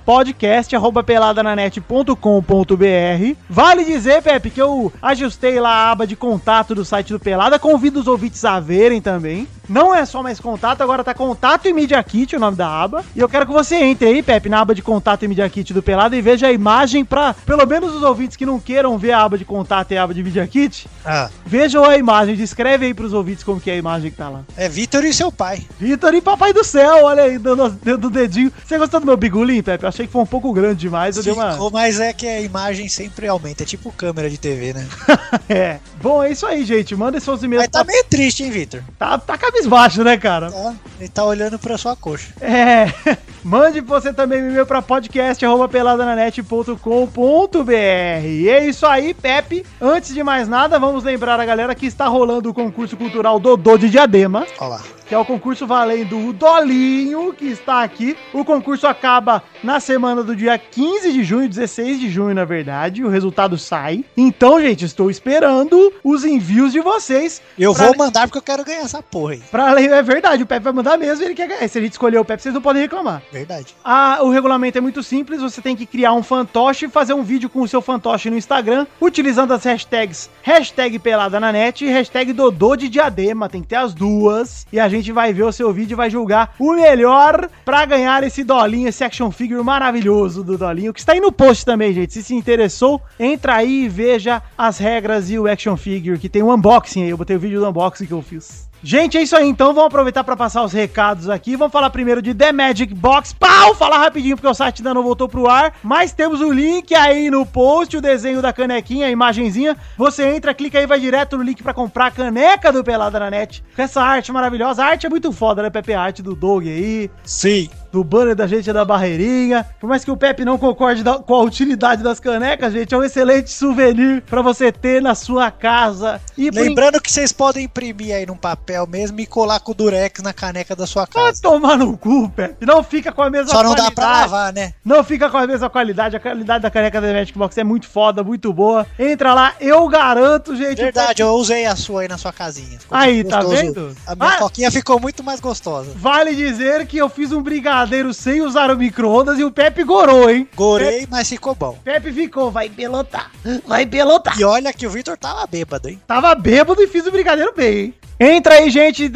Speaker 2: podcast@peladananet.com.br. Vale dizer, Pepe, que eu ajustei lá a aba de contato do site do Pelada. Convido os ouvintes a verem também. Não é só mais contato, agora tá contato e Media Kit, o nome da aba. E eu quero que você entre aí, Pepe, na aba de contato e Media Kit do Pelada e veja a imagem pra, pelo menos os ouvintes que não queiram ver a aba de contato e a aba de Media Kit,
Speaker 5: Ah.
Speaker 2: Vejam a imagem, descreve aí pros ouvintes como que é a imagem que tá lá.
Speaker 5: É Vitor e seu pai.
Speaker 2: Vitor e Papai do Céu, olha aí, dando dando o dedinho. Você gostou do meu bigulinho, Pepe? Eu achei que foi um pouco grande demais, eu dei uma...
Speaker 5: Ficou, mas é que a imagem sempre aumenta. É tipo câmera de TV, né?
Speaker 2: É. Bom, é isso aí, gente. Manda seus e-mails.
Speaker 5: Mas tá meio triste, hein, Vitor?
Speaker 2: Tá, tá cabisbaixo, né, cara?
Speaker 5: Tá, ele tá olhando pra sua coxa.
Speaker 2: É. Mande você também um e-mail pra podcast.peladananet.com.br. E é isso aí, Pepe. Antes de mais nada, vamos lembrar a galera que está rolando o concurso cultural Dodô de Diadema.
Speaker 5: Olha lá.
Speaker 2: que é o concurso valendo o Dolinho, que está aqui. O concurso acaba na semana do dia 15 de junho, 16 de junho, na verdade. O resultado sai. Então, gente, estou esperando os envios de vocês.
Speaker 5: Eu
Speaker 2: pra-
Speaker 5: vou mandar porque eu quero ganhar essa porra aí.
Speaker 2: Pra além, é verdade, o Pepe vai mandar mesmo, ele quer ganhar. Se a gente escolher o Pepe, vocês não podem reclamar.
Speaker 5: Verdade.
Speaker 2: Ah, o regulamento é muito simples, você tem que criar um fantoche e fazer um vídeo com o seu fantoche no Instagram, utilizando as hashtags hashtag pelada na net e hashtag Dodô de Diadema, tem que ter as duas. E a gente gente vai ver o seu vídeo e vai julgar o melhor pra ganhar esse dolinho, esse action figure maravilhoso do dolinho, que está aí no post também, gente. Se se interessou, entra aí e veja as regras e o action figure, que tem um unboxing aí. Eu botei o vídeo do unboxing que eu fiz. Gente, é isso aí. Então vamos aproveitar para passar os recados aqui. Vamos falar primeiro de The Magic Box. Pau! Falar rapidinho porque o site ainda não voltou pro ar. Mas temos o link aí no post, o desenho da canequinha, a imagenzinha. Você entra, clica aí, vai direto no link para comprar a caneca do Pelada na Net. Com essa arte maravilhosa. A arte é muito foda, né, Pepe? A arte do Doug aí.
Speaker 5: Sim.
Speaker 2: Do banner da gente é da barreirinha. Por mais que o Pepe não concorde da- com a utilidade das canecas, gente, é um excelente souvenir para você ter na sua casa. E por
Speaker 5: Lembrando que vocês podem imprimir aí num papel mesmo e colar com o durex na caneca da sua casa.
Speaker 2: Vai tomar no cu, Pepe. Não fica com a mesma
Speaker 5: Só não dá pra lavar, né?
Speaker 2: Não fica com a mesma qualidade. A qualidade da caneca da Magic Box é muito foda, muito boa. Entra lá, eu garanto, gente. o
Speaker 5: Verdade, eu
Speaker 2: Pepe-
Speaker 5: usei a sua aí na sua casinha. Ficou
Speaker 2: Aí,
Speaker 5: muito
Speaker 2: tá
Speaker 5: gostoso.
Speaker 2: vendo?
Speaker 5: A minha
Speaker 2: Ah!
Speaker 5: coquinha ficou muito mais gostosa.
Speaker 2: Vale dizer que eu fiz um brigadeiro sem usar o micro-ondas e o Pepe gorou, hein?
Speaker 5: Gorei,
Speaker 2: Pepe-
Speaker 5: mas ficou bom.
Speaker 2: Pepe ficou, vai pelotar, vai pelotar.
Speaker 5: E olha que o Victor tava bêbado, hein?
Speaker 2: Tava bêbado e fiz o brigadeiro bem, hein? Entra aí, gente,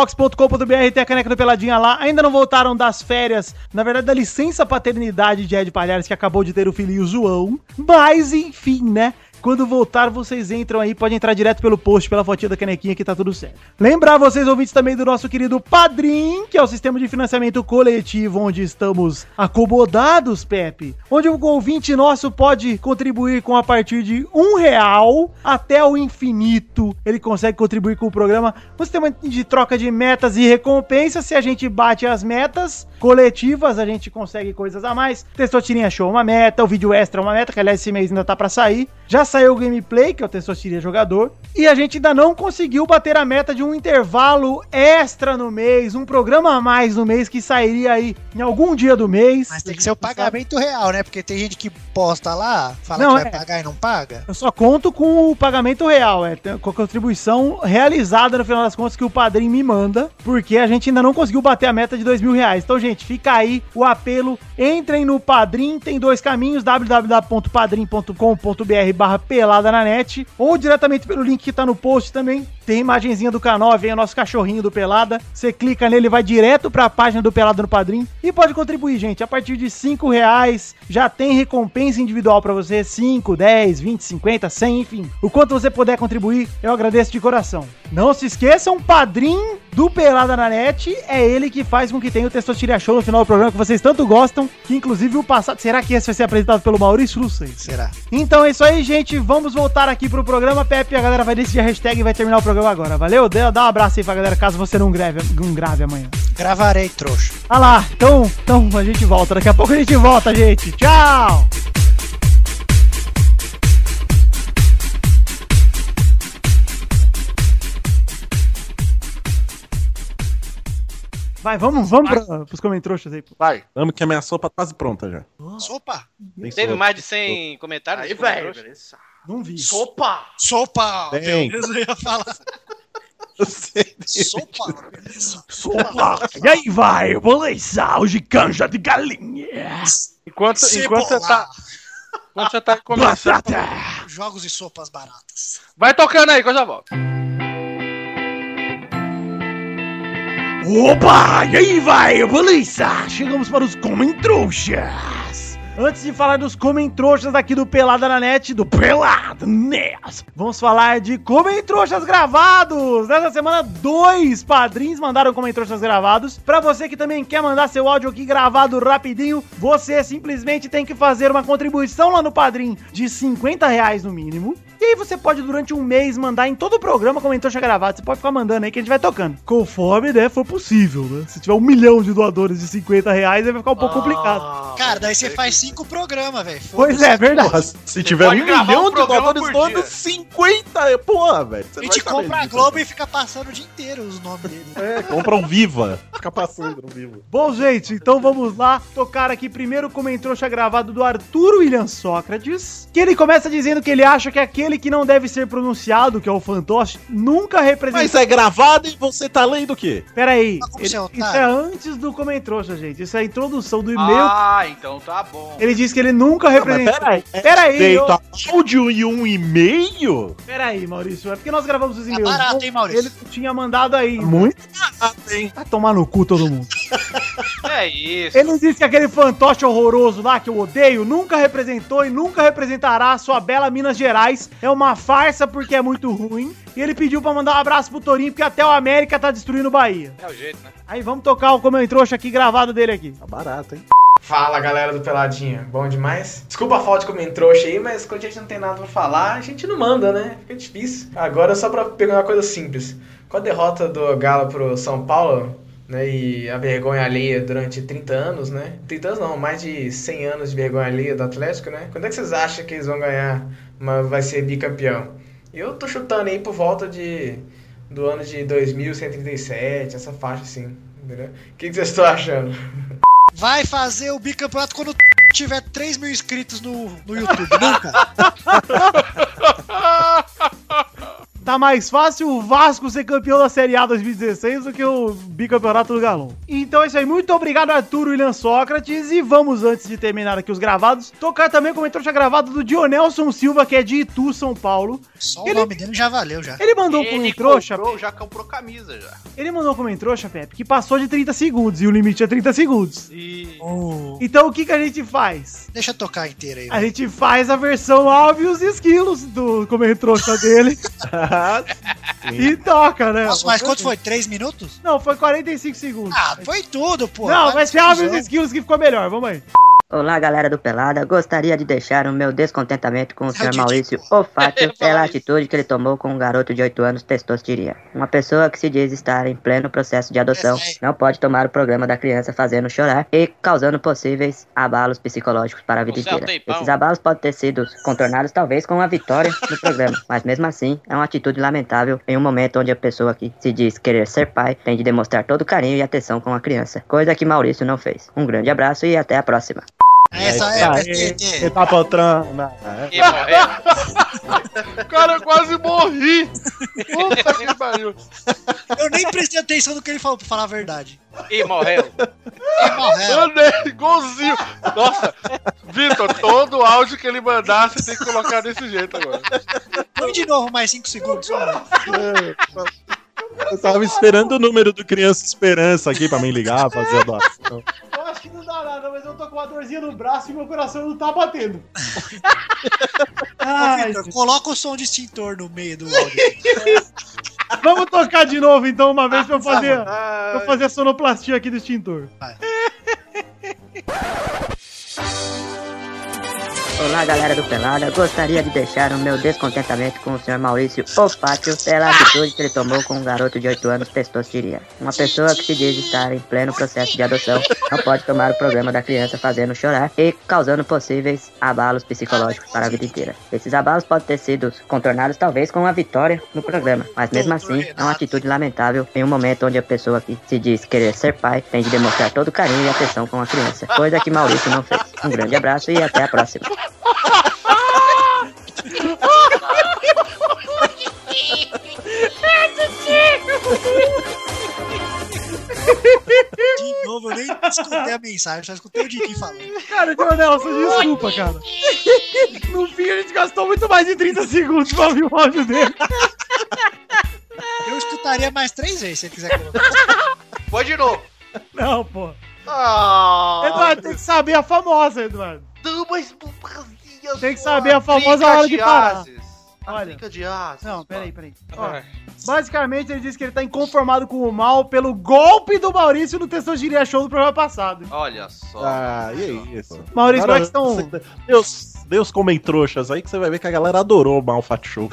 Speaker 2: themagicbox.com.br, tem a caneca do Peladinha lá. Ainda não voltaram das férias, na verdade, da licença paternidade de Ed Palhares, que acabou de ter o filhinho João. Mas, enfim, né? Quando voltar, vocês entram aí, pode entrar direto pelo post, pela fotinha da canequinha, que tá tudo certo. Lembrar vocês, ouvintes, também do nosso querido Padrim, que é o sistema de financiamento coletivo, onde estamos acomodados, Pepe. Onde o ouvinte nosso pode contribuir com a partir de um real até o infinito. Ele consegue contribuir com o programa. Um sistema de troca de metas e recompensas. Se a gente bate as metas coletivas, a gente consegue coisas a mais. Testotirinha Show é uma meta, o vídeo extra é uma meta, que aliás esse mês ainda tá pra sair. Já saiu o gameplay, que é o Testotirinha Jogador. E a gente ainda não conseguiu bater a meta de um intervalo extra no mês, um programa a mais no mês que sairia aí em algum dia do mês.
Speaker 5: Mas tem que ser o pagamento real, né? Porque tem gente que posta Tá lá, fala
Speaker 2: Não,
Speaker 5: que vai
Speaker 2: é.
Speaker 5: pagar e não paga.
Speaker 2: Eu só conto com o pagamento real, é tem- com a contribuição realizada no final das contas que o padrinho me manda, porque a gente ainda não conseguiu bater a meta de dois mil reais. Então, gente, fica aí o apelo. Entrem no Padrim, tem dois caminhos: www.padrim.com.br/barra pelada na net, ou diretamente pelo link que tá no post também. Tem imagenzinha do K9, aí, o nosso cachorrinho do Pelada. Você clica nele, vai direto pra página do Pelada no Padrim e pode contribuir, gente. A partir de cinco reais já tem recompensa individual pra você: 5, 10, 20, 50, 100, enfim. O quanto você puder contribuir, eu agradeço de coração. Não se esqueçam, Padrim do Pelada na Net é ele que faz com que tenha o Testosteria Show no final do programa que vocês tanto gostam, que inclusive o passado... Será que esse vai ser apresentado pelo Maurício? Não sei.
Speaker 5: Será?
Speaker 2: Então é isso aí, gente. Vamos voltar aqui pro programa. Pepe, a galera vai decidir a hashtag e vai terminar o programa agora. Valeu? Dê- Dá um abraço aí pra galera, caso você não grave, não grave amanhã.
Speaker 5: Gravarei, trouxa.
Speaker 2: Ah lá, então, então a gente volta. Daqui a pouco a gente volta, gente. Tchau! Vai, vamos, vamos pra, pros comentroxas aí.
Speaker 11: Vai.
Speaker 6: Vamos que a minha sopa tá quase pronta já.
Speaker 5: Sopa!
Speaker 6: Tem
Speaker 8: Teve
Speaker 6: sopa.
Speaker 8: mais de 100 comentários?
Speaker 7: Aí,
Speaker 8: nos comentários?
Speaker 7: velho.
Speaker 2: Não vi.
Speaker 7: Sopa!
Speaker 5: Sopa!
Speaker 6: Tem.
Speaker 5: Deus, eu ia falar. Sopa!
Speaker 1: Sopa! E aí vai, eu vou lançar hoje canja de galinha.
Speaker 11: Enquanto, enquanto você tá. Enquanto você tá começando.
Speaker 5: Jogos e sopas baratas.
Speaker 11: Vai tocando aí que eu já volto.
Speaker 1: Opa! E aí vai, eu vou lançar. Chegamos para os comentrouxas.
Speaker 2: Antes de falar dos comentroxas aqui do Pelada na Net, do Pelada Net, vamos falar de comentroxas gravados. Nessa semana, dois padrinhos mandaram comentroxas gravados. Pra você que também quer mandar seu áudio aqui gravado rapidinho, você simplesmente tem que fazer uma contribuição lá no Padrim de 50 reais no mínimo. E aí você pode, durante um mês, mandar em todo o programa comentroxa gravado. Você pode ficar mandando aí que a gente vai tocando. Conforme, né, for possível, né? Se tiver um milhão de doadores de 50 reais, aí vai ficar um pouco complicado.
Speaker 6: Ah,
Speaker 5: Cara, daí
Speaker 6: é
Speaker 5: você faz cinco programas, velho.
Speaker 2: Pois é, verdade.
Speaker 6: Se tiver um
Speaker 5: pode gravar
Speaker 6: milhão
Speaker 5: um
Speaker 6: de
Speaker 5: programa
Speaker 6: dólares
Speaker 5: por
Speaker 6: doando,
Speaker 5: dia.
Speaker 6: 50! Porra, velho. você não
Speaker 5: A gente
Speaker 6: vai saber
Speaker 5: compra a
Speaker 6: disso. né?
Speaker 5: Globo e fica passando o dia inteiro os nomes dele.
Speaker 6: É, compra um Viva. Fica passando um Viva.
Speaker 2: Bom, gente, então vamos lá tocar aqui primeiro o comentroxa gravado do Arthur William Sócrates, que ele começa dizendo que ele acha que aquele Aquele que não deve ser pronunciado, que é o fantoche, nunca representou.
Speaker 6: Mas é gravado e você tá lendo o quê?
Speaker 2: Peraí,
Speaker 5: Tá
Speaker 2: ele- isso é antes do Comentrouxa, gente. Isso é a introdução do e-mail.
Speaker 7: Ah, então tá bom.
Speaker 2: Ele disse que ele nunca representou.
Speaker 6: peraí, é
Speaker 2: peraí,
Speaker 6: Feito
Speaker 2: eu-
Speaker 6: tá áudio e um e-mail?
Speaker 2: Peraí, Maurício, é porque nós gravamos os e-mails.
Speaker 5: Tá barato, hein, Maurício? Tá
Speaker 2: Ele não tinha mandado aí. né?
Speaker 6: Muito Tá
Speaker 2: barato, hein? Vai tomar no cu tá? todo mundo.
Speaker 7: É isso.
Speaker 2: Ele não disse que aquele fantoche horroroso lá que eu odeio nunca representou e nunca representará a sua bela Minas Gerais. É uma farsa porque é muito ruim. E ele pediu pra mandar um abraço pro Torinho, porque até o América tá destruindo o Bahia.
Speaker 8: É o jeito, né?
Speaker 2: Aí vamos tocar o Como Eu Trouxa aqui gravado dele aqui. Tá
Speaker 6: barato, hein?
Speaker 13: Fala galera do Peladinha, bom demais? Desculpa a falta de comentrouxa aí, mas quando a gente não tem nada pra falar, a gente não manda, né? Fica difícil. Agora só pra pegar uma coisa simples. Com a derrota do Galo pro São Paulo, né, e a vergonha alheia durante 30 anos, né? 30 anos não, mais de 100 anos de vergonha alheia do Atlético, né? Quando é que vocês acham que eles vão ganhar, mas vai ser bicampeão? Eu tô chutando aí por volta de do ano de 2137, essa faixa assim, entendeu? O que que vocês estão achando?
Speaker 5: Vai fazer o bicampeonato quando tiver 3 mil inscritos no, no YouTube. Nunca.
Speaker 2: Tá mais fácil o Vasco ser campeão da Série A 2016 do que o bicampeonato do Galão. Então é isso aí. Muito obrigado, Arthur William Sócrates. E vamos, antes de terminar aqui os gravados, tocar também o comentário gravado do Dionelson Silva, que é de Itu, São Paulo.
Speaker 5: Só
Speaker 2: Ele-
Speaker 5: o nome dele já valeu já.
Speaker 2: Ele mandou um
Speaker 7: Ele
Speaker 2: comentrouxa.
Speaker 7: comprou, já comprou camisa já.
Speaker 2: Ele mandou um comentrouxa, Pepe, que passou de 30 segundos e o limite é 30 segundos.
Speaker 7: E...
Speaker 2: Então o que, que a gente faz?
Speaker 5: Deixa eu tocar inteira aí.
Speaker 2: A gente faz a versão alvo e os esquilos do comentrouxa dele. e toca, né?
Speaker 5: Nossa, mas quanto foi? 3 minutos?
Speaker 2: Não, foi 45 segundos.
Speaker 5: Ah, foi tudo, pô.
Speaker 2: Não,
Speaker 5: Vai
Speaker 2: mas foi
Speaker 5: confusão.
Speaker 2: alvo e os esquilos que ficou melhor. Vamos aí.
Speaker 14: Olá, galera do Pelada. Gostaria de deixar o meu descontentamento com o senhor Maurício Ofátio pela atitude que ele tomou com um garoto de 8 anos testosteria. Uma pessoa que se diz estar em pleno processo de adoção não pode tomar o programa da criança fazendo chorar e causando possíveis abalos psicológicos para a vida
Speaker 15: Você é um
Speaker 14: inteira.
Speaker 15: teipão.
Speaker 14: Esses abalos podem ter sido contornados talvez com a vitória no programa, mas mesmo assim é uma atitude lamentável em um momento onde a pessoa que se diz querer ser pai tem de demonstrar todo o carinho e atenção com a criança, coisa que Maurício não fez. Um grande abraço e até a próxima.
Speaker 5: Essa
Speaker 14: é,
Speaker 6: Você tá patrão. Ah, é.
Speaker 11: Cara, eu quase morri. Puta que pariu.
Speaker 5: Eu nem prestei atenção no que ele falou, pra falar a verdade.
Speaker 8: E morreu.
Speaker 11: Mandei, igualzinho. Nossa, Vitor, todo áudio que ele mandar, você tem que colocar desse jeito agora.
Speaker 5: Põe de novo mais 5 segundos.
Speaker 2: É.
Speaker 6: Eu tava esperando o número do Criança Esperança aqui pra me ligar, fazer a doação.
Speaker 2: Eu acho que não dá nada, mas eu tô com uma dorzinha no braço e meu coração não tá batendo.
Speaker 5: Ô, Vitor, coloca o som de extintor no meio do áudio.
Speaker 2: Vamos tocar de novo, então, uma vez pra eu
Speaker 5: Ah,
Speaker 2: fazer,
Speaker 5: mano.
Speaker 2: pra eu fazer a sonoplastia aqui do extintor.
Speaker 14: Olá, galera do Pelada. Gostaria de deixar o meu descontentamento com o senhor Maurício Opátio pela atitude que ele tomou com um garoto de 8 anos testosteria. Uma pessoa que se diz estar em pleno processo de adoção não pode tomar o programa da criança fazendo chorar e causando possíveis abalos psicológicos para a vida inteira. Esses abalos podem ter sido contornados talvez com a vitória no programa, mas mesmo assim é uma atitude lamentável em um momento onde a pessoa que se diz querer ser pai tem de demonstrar todo o carinho e atenção com a criança, coisa que Maurício não fez. Um grande abraço e até a próxima.
Speaker 5: De novo, eu nem escutei a mensagem, só escutei o Didi falando.
Speaker 2: Cara, Nelson, desculpa, cara. No fim, a gente gastou muito mais de 30 segundos pra ouvir o áudio dele.
Speaker 5: Eu escutaria mais três vezes se ele quiser colocar.
Speaker 7: Foi de novo.
Speaker 2: Não, pô.
Speaker 7: Ah.
Speaker 2: Eduardo, tem que saber a famosa, Eduardo.
Speaker 7: Não, mas
Speaker 2: Tem que saber a famosa
Speaker 7: Trinca
Speaker 2: hora de
Speaker 7: de
Speaker 2: parar.
Speaker 7: ases. Olha. de É. aço.
Speaker 2: Não, peraí, peraí. Ó,
Speaker 7: Ai.
Speaker 2: basicamente, ele disse que ele tá inconformado com o mal pelo golpe do Maurício no Testosteria Show do programa passado.
Speaker 7: Olha só.
Speaker 6: Ah, e é isso.
Speaker 2: Maurício,
Speaker 6: Cara,
Speaker 2: como é que
Speaker 6: você- tá- Deus, Deus comem trouxas aí que você vai ver que a galera adorou o Malfat Show.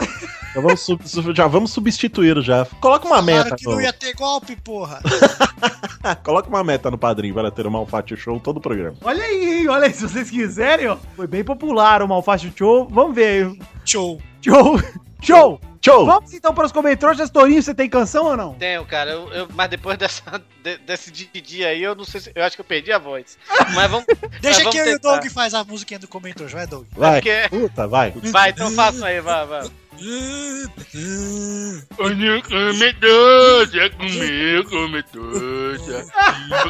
Speaker 6: já, vamos sub- sub- já vamos substituir já. Coloca uma meta.
Speaker 5: Claro que não ia ter golpe, porra.
Speaker 6: no- Coloca uma meta no padrinho para ter o Malfat Show todo o programa.
Speaker 2: Olha aí, hein? olha aí, se vocês quiserem, ó. Foi bem popular o Malfácio Show. Vamos ver aí.
Speaker 5: Show.
Speaker 2: Show. Show.
Speaker 6: Tchau!
Speaker 2: Vamos então para os comentários, Torinho, você tem canção ou não?
Speaker 8: Tenho, cara. eu- eu- mas depois dessa, de- desse Didi aí, eu não sei se. Eu acho que eu perdi a voz. Mas vamos. mas
Speaker 5: Deixa
Speaker 8: vamos
Speaker 5: que eu e o
Speaker 8: tentar. É
Speaker 5: Doug faz a musiquinha do comentário, vai, Doug.
Speaker 6: Vai,
Speaker 5: é-
Speaker 8: porque-
Speaker 6: puta, vai.
Speaker 8: Vai, então faça aí, vai, vai. é
Speaker 11: Comedoja, comigo, comedoja.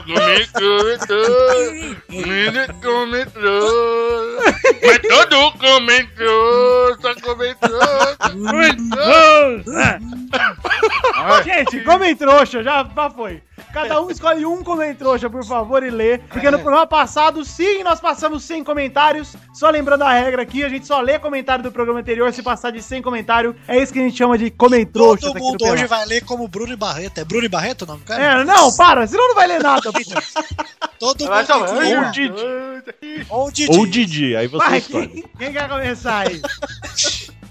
Speaker 11: Comigo, comedoja. Menino comedoja. Mas todo comedoja, comedoja, comedoja.
Speaker 2: É.
Speaker 5: Ah, é.
Speaker 2: Gente, comentrouxa, já, já foi. Cada um escolhe um comentrouxa, por favor, e lê. Porque
Speaker 5: É.
Speaker 2: no programa passado, sim, nós passamos 100 comentários. Só lembrando a regra aqui, a gente só lê comentário do programa anterior. Se passar de 100 comentário, é isso que tá a gente chama de comentrouxa.
Speaker 5: Todo mundo hoje vai ler como Bruno e Barreto. É Bruno e Barreto o nome do cara?
Speaker 2: É, não, para, senão não vai ler nada. pô.
Speaker 5: Todo
Speaker 2: Vai,
Speaker 5: mundo
Speaker 2: então,
Speaker 5: tem que
Speaker 2: vai,
Speaker 5: ler.
Speaker 2: ou Didi.
Speaker 5: Ou Didi.
Speaker 6: Ou Didi, aí você
Speaker 2: Vai,
Speaker 6: escolhe.
Speaker 2: quem, quem quer começar aí?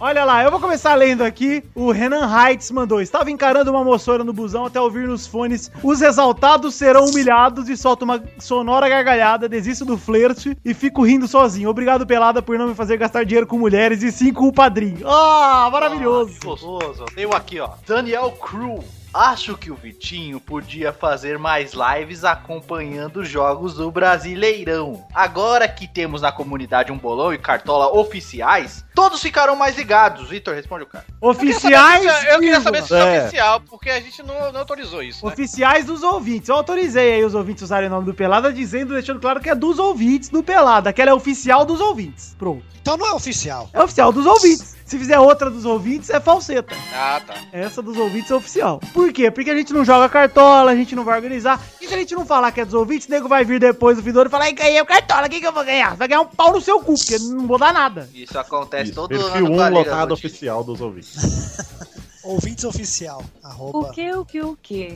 Speaker 2: Olha lá, eu vou começar lendo aqui. O Renan Heitz mandou. Estava encarando uma moçoura no busão até ouvir nos fones. Os exaltados serão humilhados e solta uma sonora gargalhada, desisto do flerte e fico rindo sozinho. Obrigado, Pelada, por não me fazer gastar dinheiro com mulheres e sim com o padrinho. Ah, maravilhoso.
Speaker 7: Que gostoso. Tenho aqui, ó. Daniel Crew. Acho que o Vitinho podia fazer mais lives acompanhando os jogos do Brasileirão. Agora que temos na comunidade um bolão e cartola oficiais, todos ficarão mais ligados. Vitor, responde o cara.
Speaker 2: Oficiais.
Speaker 8: Eu queria saber se isso é
Speaker 2: É.
Speaker 8: oficial, porque a gente não, não autorizou isso. Né?
Speaker 2: Oficiais dos ouvintes. Eu autorizei aí os ouvintes usarem o nome do Pelada, dizendo, deixando claro que é dos ouvintes do Pelada. Aquela é oficial dos ouvintes. Pronto.
Speaker 5: Então não é oficial.
Speaker 2: É oficial dos ouvintes. Se fizer outra dos ouvintes, é falseta.
Speaker 8: Ah, tá.
Speaker 2: Essa dos ouvintes é oficial. Por quê? Porque a gente não joga cartola, a gente não vai organizar. E se a gente não falar que é dos ouvintes, o nego vai vir depois do fim do ano e falar: "Ai, ganhei o cartola, o que, que eu vou ganhar? Vai ganhar um pau no seu cu, porque não vou dar nada.
Speaker 7: Isso acontece todo
Speaker 6: Perfil
Speaker 7: ano.
Speaker 6: 1
Speaker 7: com a Liga
Speaker 6: lotado
Speaker 7: do
Speaker 6: oficial dos ouvintes.
Speaker 5: Ouvintes oficial.
Speaker 12: O
Speaker 5: Arroba.
Speaker 12: que, o que, o que?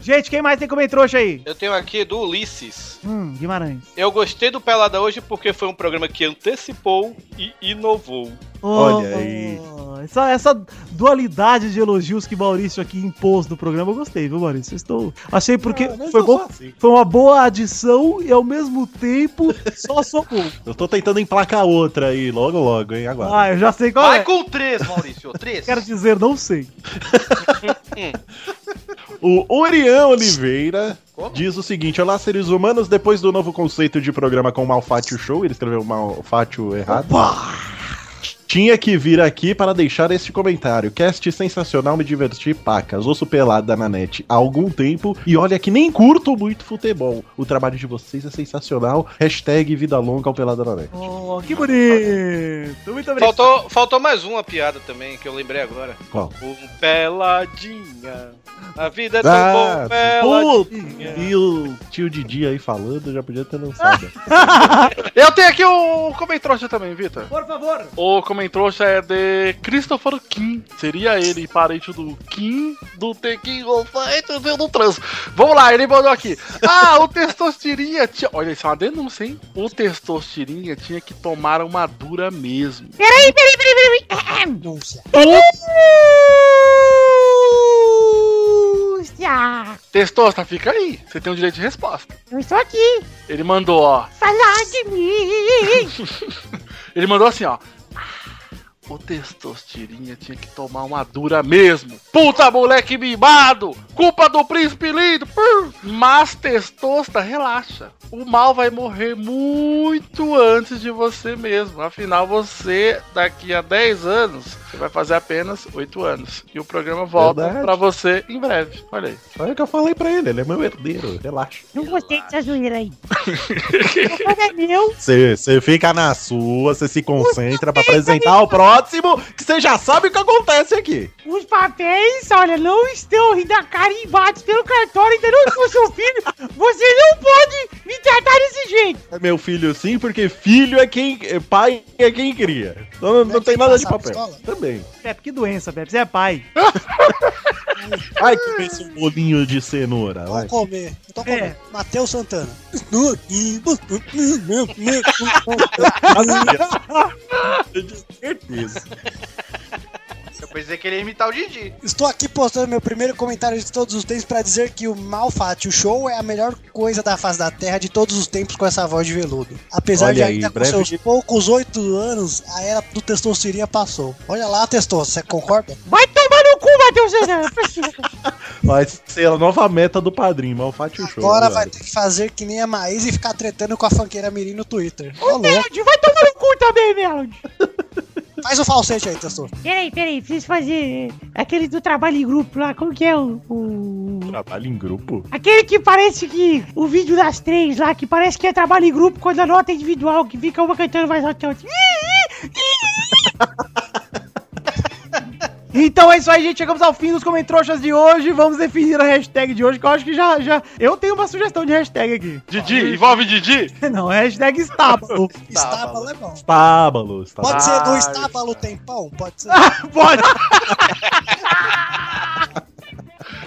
Speaker 2: Gente, quem mais tem como trouxa aí?
Speaker 8: Eu tenho aqui do Ulisses.
Speaker 2: Hum, Guimarães.
Speaker 8: Eu gostei do Pelada hoje porque foi um programa que antecipou e inovou.
Speaker 2: Olha aí. Oh, Essa, essa dualidade de elogios que Maurício aqui impôs no programa, eu gostei, viu, Maurício? Eu Estou... Achei porque
Speaker 6: Ah, mas
Speaker 2: foi,
Speaker 6: eu
Speaker 2: bom,
Speaker 6: sou assim.
Speaker 2: foi uma boa adição e ao mesmo tempo só somou.
Speaker 6: Eu tô tentando emplacar outra aí, logo, logo, hein? Agora.
Speaker 2: Ah, eu já sei qual
Speaker 7: Vai
Speaker 2: é.
Speaker 7: com três, Maurício. Três.
Speaker 2: Quero dizer, não sei. Hum.
Speaker 6: O Orian Oliveira diz o seguinte: Olá, seres humanos, depois do novo conceito de programa com o Malfátio Show, ele escreveu Malfátio errado. Tinha que vir aqui para deixar este comentário. Cast sensacional, me diverti, pacas. Ouço pelada na net há algum tempo e olha que nem curto muito futebol. O trabalho de vocês é sensacional. Hashtag vida longa ao pelada na net.
Speaker 2: Oh, que bonito. Muito obrigado.
Speaker 8: Faltou, faltou mais uma piada também que eu lembrei agora.
Speaker 6: Qual?
Speaker 8: Um peladinha. A vida é tão
Speaker 6: Ah,
Speaker 8: bom, peladinha.
Speaker 6: puta, e o tio Didi aí falando, já podia ter lançado.
Speaker 11: Eu tenho aqui o Comentrouxa também, Vitor.
Speaker 2: Por favor.
Speaker 11: O Comentrouxa é de Christopher Kim. Seria ele, parente do Kim do Tequim Fight do Trans. Vamos lá, ele mandou aqui. Ah, o Testosterinha tinha. Olha, isso é uma denúncia, hein? O Testosterinha tinha que tomar uma dura mesmo.
Speaker 9: Peraí, peraí, peraí, peraí. peraí.
Speaker 5: Denúncia.
Speaker 9: Denúncia.
Speaker 11: Testosta, fica aí. Você tem o direito de resposta.
Speaker 9: Eu estou aqui.
Speaker 11: Ele mandou, ó.
Speaker 9: Falar de mim.
Speaker 11: Ele mandou assim, ó. "Ah, O testosterinha tinha que tomar uma dura mesmo. Puta moleque mimado! Culpa do príncipe lindo! Pum! Mas testosta, relaxa. O mal vai morrer muito antes de você mesmo. Afinal, você, daqui a 10 anos, você vai fazer apenas 8 anos. E o programa volta
Speaker 6: Verdade.
Speaker 11: pra você em breve. Olha aí.
Speaker 6: Olha o que eu falei pra ele, ele é meu herdeiro, relaxa.
Speaker 9: Não gostei dessa zoeira aí. O problema é meu.
Speaker 6: Você fica na sua, você se concentra pra apresentar o próximo, que você já sabe o que acontece aqui.
Speaker 9: Os papéis, olha, não estão ainda carimbados pelo cartório, ainda não sou seu filho. Você não pode me tratar desse jeito.
Speaker 6: É meu filho sim, porque filho é quem. é Pai é quem cria. Não,
Speaker 5: é
Speaker 6: não, tem nada de papel. Também.
Speaker 2: Pepe, que doença, Pepe. Você é pai.
Speaker 6: Ai, que pensa um bolinho de cenoura. Vai.
Speaker 5: Vou comer. Eu tô comendo.
Speaker 2: É.
Speaker 5: Matheus Santana.
Speaker 6: Certeza.
Speaker 8: Eu
Speaker 7: pensei que ele ia imitar o Didi.
Speaker 5: Estou aqui postando meu primeiro comentário de todos os tempos para dizer que o Malfatio Show é a melhor coisa da face da Terra de todos os tempos com essa voz de veludo. Apesar
Speaker 6: Olha
Speaker 5: de
Speaker 6: aí,
Speaker 5: ainda com
Speaker 6: breve
Speaker 5: seus
Speaker 6: de-
Speaker 5: poucos oito anos, a era do Testosterinha passou. Olha lá, Testoso, você concorda?
Speaker 9: Vai tomar no cu, Matheus Renan!
Speaker 6: Vai ser a nova meta do padrinho, Malfátio Show.
Speaker 5: Agora
Speaker 6: velho.
Speaker 5: vai ter que fazer que nem a Maís e ficar tretando com a fanqueira Mirim no Twitter. Ô, louco.
Speaker 9: Melody, vai tomar no cu também, Melody!
Speaker 5: Faz o falsete aí, Testoso.
Speaker 9: Peraí, peraí, preciso fazer aquele do trabalho em grupo lá, como que é o- o...
Speaker 6: Trabalho em grupo?
Speaker 9: Aquele que parece que. O vídeo das três lá, que parece que é trabalho em grupo quando a nota é individual, que fica uma cantando mais alto que a outra.
Speaker 2: Então é isso aí, gente. Chegamos ao fim dos comentroxas de hoje. Vamos definir a hashtag de hoje, que eu acho que já. já... Eu tenho uma sugestão de hashtag aqui.
Speaker 11: Didi, envolve Didi?
Speaker 2: Não, é hashtag estábulo.
Speaker 5: Estábalo é bom.
Speaker 6: Estábalo, estábalo.
Speaker 5: Pode ser do Estábalo Tempão? Pode ser.
Speaker 2: Ah. Pode.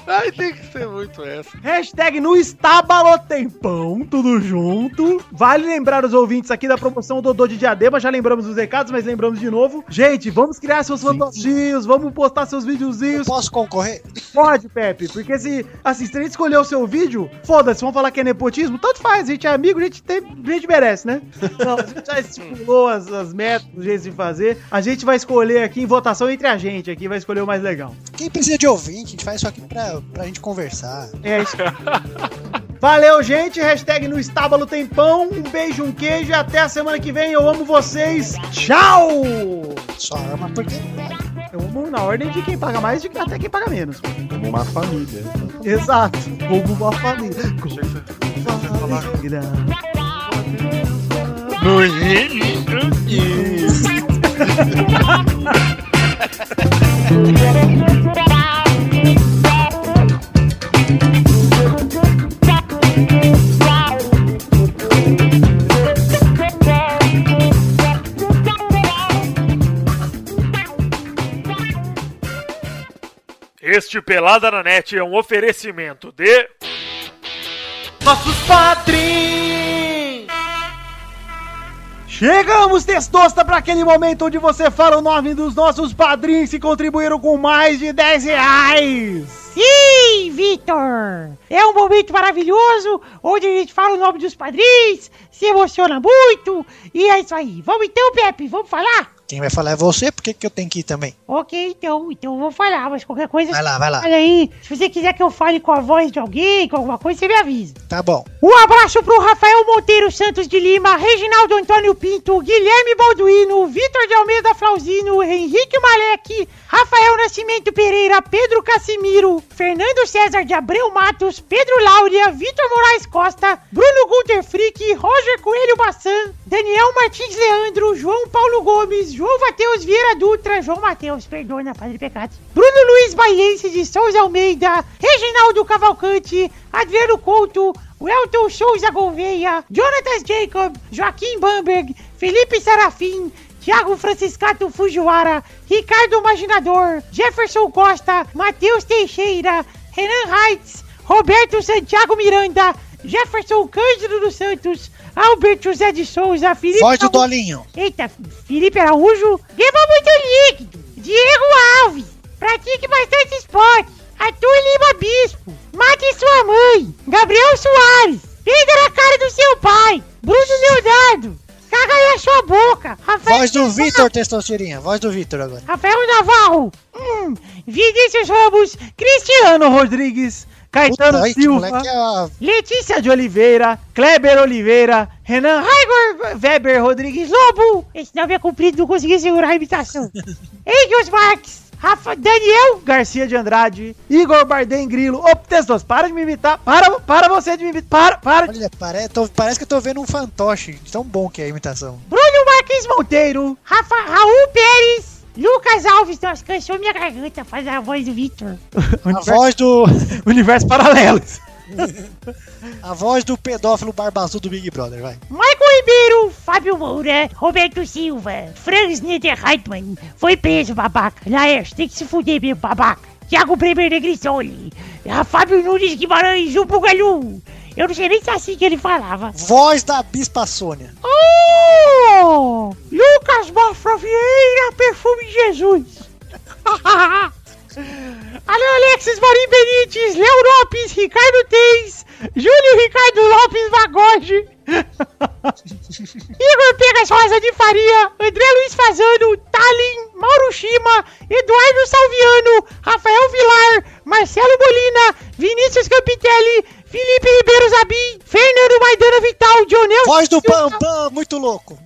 Speaker 11: Ai, tem que ser muito é essa.
Speaker 2: Hashtag no Estabalotempão, tudo junto. Vale lembrar os ouvintes aqui da promoção Dodô de Diadema, já lembramos os recados, mas lembramos de novo. Gente, vamos criar seus fantochinhos, vamos postar seus videozinhos.
Speaker 5: posso concorrer?
Speaker 2: Pode, Pepe, porque se, assim, se a gente escolher o seu vídeo, foda-se, vamos falar que é nepotismo, tanto faz, a gente é amigo, a gente, tem, a gente merece, né? Não, a gente já estipulou as, as metas, os jeitos de fazer, a gente vai escolher aqui em votação entre a gente aqui, vai escolher o mais legal.
Speaker 5: Quem precisa de ouvinte, a gente faz isso aqui pra, pra gente conversar.
Speaker 2: É isso. Valeu, gente. Hashtag no estábalo tem pão. Um beijo, um queijo e até a semana que vem. Eu amo vocês. Tchau!
Speaker 5: Só ama porque.
Speaker 2: Eu amo na ordem de quem paga mais de até quem paga menos.
Speaker 6: Como uma família.
Speaker 2: Exato. Como uma família. Como uma família.
Speaker 15: Este Pelada na Net é um oferecimento de.
Speaker 2: Nossos padrinhos! Chegamos, Testosta, para aquele momento onde você fala o nome dos nossos padrinhos que contribuíram com mais de 10 reais.
Speaker 9: Sim, Vitor! É um momento maravilhoso onde a gente fala o nome dos padrinhos, se emociona muito e é isso aí. Vamos então, Pepe, vamos falar?
Speaker 5: Quem vai falar é você, por que, que eu tenho que ir também?
Speaker 9: Ok, então, então eu vou falar, mas qualquer coisa.
Speaker 5: Vai lá, vai lá.
Speaker 9: Olha aí, se você quiser que eu fale com a voz de alguém, com alguma coisa, você me avisa.
Speaker 5: Tá bom.
Speaker 9: Um abraço pro Rafael Monteiro Santos de Lima, Reginaldo Antônio Pinto, Guilherme Balduino, Vitor de Almeida Flauzino, Henrique Malek, Rafael Nascimento Pereira, Pedro Casimiro, Fernando César de Abreu Matos, Pedro Láurea, Vitor Moraes Costa, Bruno Gunter Frick, Roger Coelho Bassan, Daniel Martins Leandro, João Paulo Gomes, João Matheus Vieira Dutra, João Matheus, perdona, Padre Pecado, Bruno Luiz Baiense de Souza Almeida, Reginaldo Cavalcante, Adriano Couto, Welton Souza Gouveia, Jonathan Jacob, Joaquim Bamberg, Felipe Serafim, Thiago Franciscato Fujiwara, Ricardo Imaginador, Jefferson Costa, Matheus Teixeira, Renan Heitz, Roberto Santiago Miranda, Jefferson Cândido dos Santos, Alberto José de Souza, Felipe.
Speaker 5: Foge do
Speaker 9: Araújo-
Speaker 5: Dolinho.
Speaker 9: Eita, Felipe Araújo, beba muito líquido. Diego Alves, pratique bastante esporte. Arthur Lima Bispo, mate sua mãe. Gabriel Soares, peida na cara do seu pai. Bruno Leonardo, caga aí a sua boca. Rafael
Speaker 5: Voz do Vitor, Testosterinha. Voz do Vitor agora.
Speaker 9: Rafael Navarro, hum, Vinícius Ramos, Cristiano
Speaker 2: Rodrigues, Caetano
Speaker 9: Puta, aí, que
Speaker 2: Silva,
Speaker 9: moleque
Speaker 2: Letícia de Oliveira, Kleber Oliveira, Renan Raigor Weber Rodrigues Lobo.
Speaker 9: Esse nome é comprido, não consegui segurar a imitação. Engels Marques, Rafa, Daniel
Speaker 2: Garcia de Andrade, Igor Bardem Grilo. Ô, Testos, para de me imitar. Para, para você de me imitar. Para, para.
Speaker 5: Olha, pare- tô- parece que eu tô vendo um fantoche. de Tão bom que é a imitação.
Speaker 9: Bruno Marques Monteiro, Rafa, Raul Pérez, Lucas Alves, nossa, cansou minha garganta fazer a voz do Victor.
Speaker 5: A voz do.
Speaker 2: Universo Paralelo.
Speaker 5: a voz do pedófilo barbaçudo do Big Brother, vai.
Speaker 9: Michael Ribeiro, Fábio Moura, Roberto Silva, Franz Niederreitmann, foi preso, babaca. Laércio, tem que se fuder mesmo, babaca. Thiago Bremer Negrisoli, a Fábio Nunes Guimarães, Jupo Galu. Eu não sei nem se é assim que ele falava.
Speaker 5: Voz da Bispa Sônia.
Speaker 9: Oh! Lucas Mafra Vieira, Perfume de Jesus. Alô, Alexis Marim Benítez, Léo Lopes, Ricardo Teis, Júlio Ricardo Lopes Vagoge, Igor Pegas Rosa de Faria, André Luiz Fazano, Tallin, Mauro Shima, Eduardo Salviano, Rafael Vilar, Marcelo Molina, Vinícius Campitelli, Felipe Ribeiro Zabim, Fernando Maidana Vital, Dionel... Hum!
Speaker 5: Voz do Pampam, muito louco.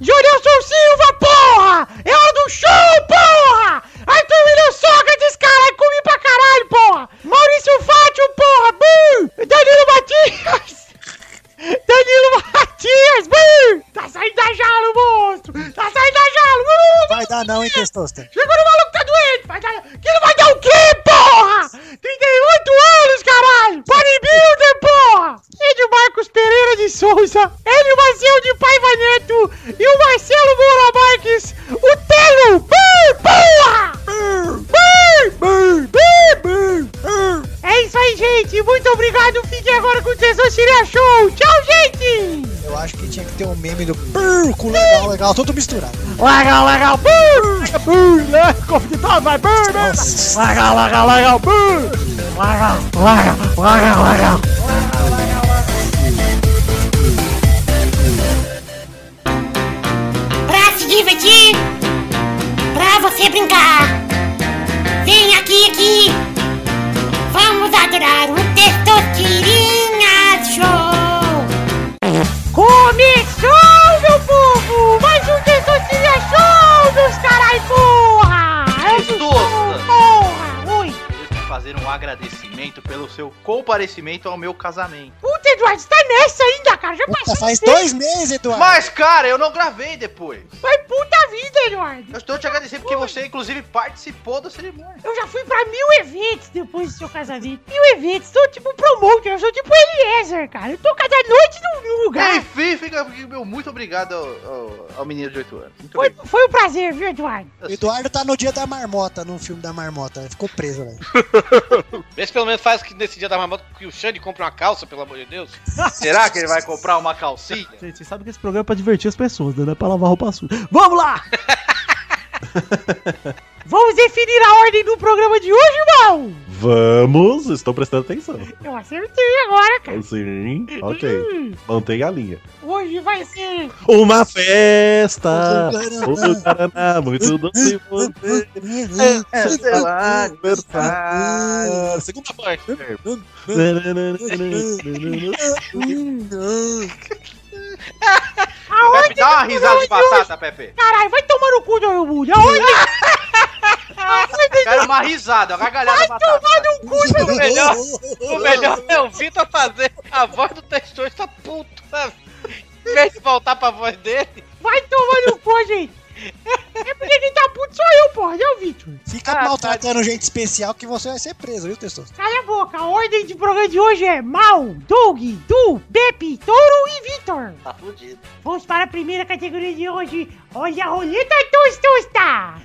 Speaker 9: Jonelson Hum! Silva, porra! É o do show, porra! Arthur William Sócrates, caralho, comi pra caralho, porra! Maurício Fátio, porra! Bum! Danilo Matias! Danilo Matias! Bum! Tá saindo da jaula, monstro! Tá saindo da jaula! Uh,
Speaker 5: Vai dar não, hein, testoster.
Speaker 9: Chegou no maluco que tá doente! Vai dar... Que não vai dar o quê, porra? 38 anos, caralho! Bodybuilder, porra! Edio Marcos Pereira de Souza, Hélio Maciel de Paiva Neto e o Marcelo Moura Marques, o Telo! Bum, Porra! Bum, bum, bum, bum. É isso aí, gente! Muito obrigado! Fiquem agora com o Tesouro Seria Show! Tchau, gente!
Speaker 5: Eu acho que tinha que ter um meme do purr com legal, legal, tudo misturado.
Speaker 9: Legal, legal, burr! Burr, né? Computador vai burr, né? Legal, legal, legal, burr! Legal, legal, legal, legal!
Speaker 16: Pra se divertir, pra você brincar. Vem aqui, aqui. Vamos adorar o Testosterinha Show.
Speaker 9: Começou, meu povo! Mais um Testosterinha Show, meus carai, porra! É isso, porra! Oi!
Speaker 7: Fazer um agradecimento pelo seu comparecimento ao meu casamento.
Speaker 9: Puta, Eduardo, você tá nessa ainda, cara! Já passou
Speaker 5: faz
Speaker 9: tempo.
Speaker 5: dois meses, Eduardo.
Speaker 7: Mas, cara, eu não gravei depois.
Speaker 9: Mas puta vida, Eduardo!
Speaker 7: Eu estou te agradecendo porque você, inclusive, participou da cerimônia.
Speaker 9: Eu já fui pra mil eventos depois do seu casamento. Mil eventos, sou tipo um promoter, eu sou tipo Eliezer, cara. Eu tô cada noite num num lugar.
Speaker 7: É, Enfim, fica meu muito obrigado ao, ao- ao menino de 8 anos. Muito
Speaker 9: Foi, foi um prazer, viu, Eduardo?
Speaker 5: Eduardo tá no dia da marmota, no filme da marmota. Ele ficou preso, velho.
Speaker 8: Vê se pelo menos faz que nesse dia da marmota que o Xande compre uma calça, pelo amor de Deus.
Speaker 7: Será que ele vai comprar uma calcinha?
Speaker 3: Gente, vocês sabem que esse programa é pra divertir as pessoas, né? Não é pra lavar roupa suja. Vamos lá!
Speaker 9: Vamos definir a ordem do programa de hoje, irmão!
Speaker 6: Vamos, estou prestando atenção.
Speaker 9: Eu acertei agora, cara.
Speaker 6: Sim, assim, "Hum,
Speaker 7: Hum.
Speaker 6: ok. Mantenha a linha.
Speaker 9: Hoje vai ser.
Speaker 6: Uma festa! Um Paraná, muito doce você.
Speaker 9: É, sei lá,
Speaker 6: conversar. Segunda parte.
Speaker 9: A do
Speaker 7: Pepe, dá uma risada de
Speaker 9: programa hoje-
Speaker 7: batata, Pepe.
Speaker 9: Caralho, vai tomar no cu do Yomuri. A ordem.
Speaker 7: Quero uma risada, uma gargalhada
Speaker 9: Vai
Speaker 7: de batata.
Speaker 9: tomar no cu do
Speaker 8: O melhor, o melhor é o Vitor fazer a voz do textor tá puto, sabe? Em vez de voltar pra voz dele.
Speaker 9: Vai tomar no cu, gente. É porque quem tá puto sou eu, porra, não, Vitor?
Speaker 5: Fica maltratando gente especial que você vai ser preso, viu, testoster?
Speaker 9: Cala a boca, a ordem de programa de hoje é Mal, Doug, Du, Pepe, Touro e Vitor.
Speaker 10: Tá fudido.
Speaker 9: Vamos para a primeira categoria de hoje. Olha a roleta tostosta!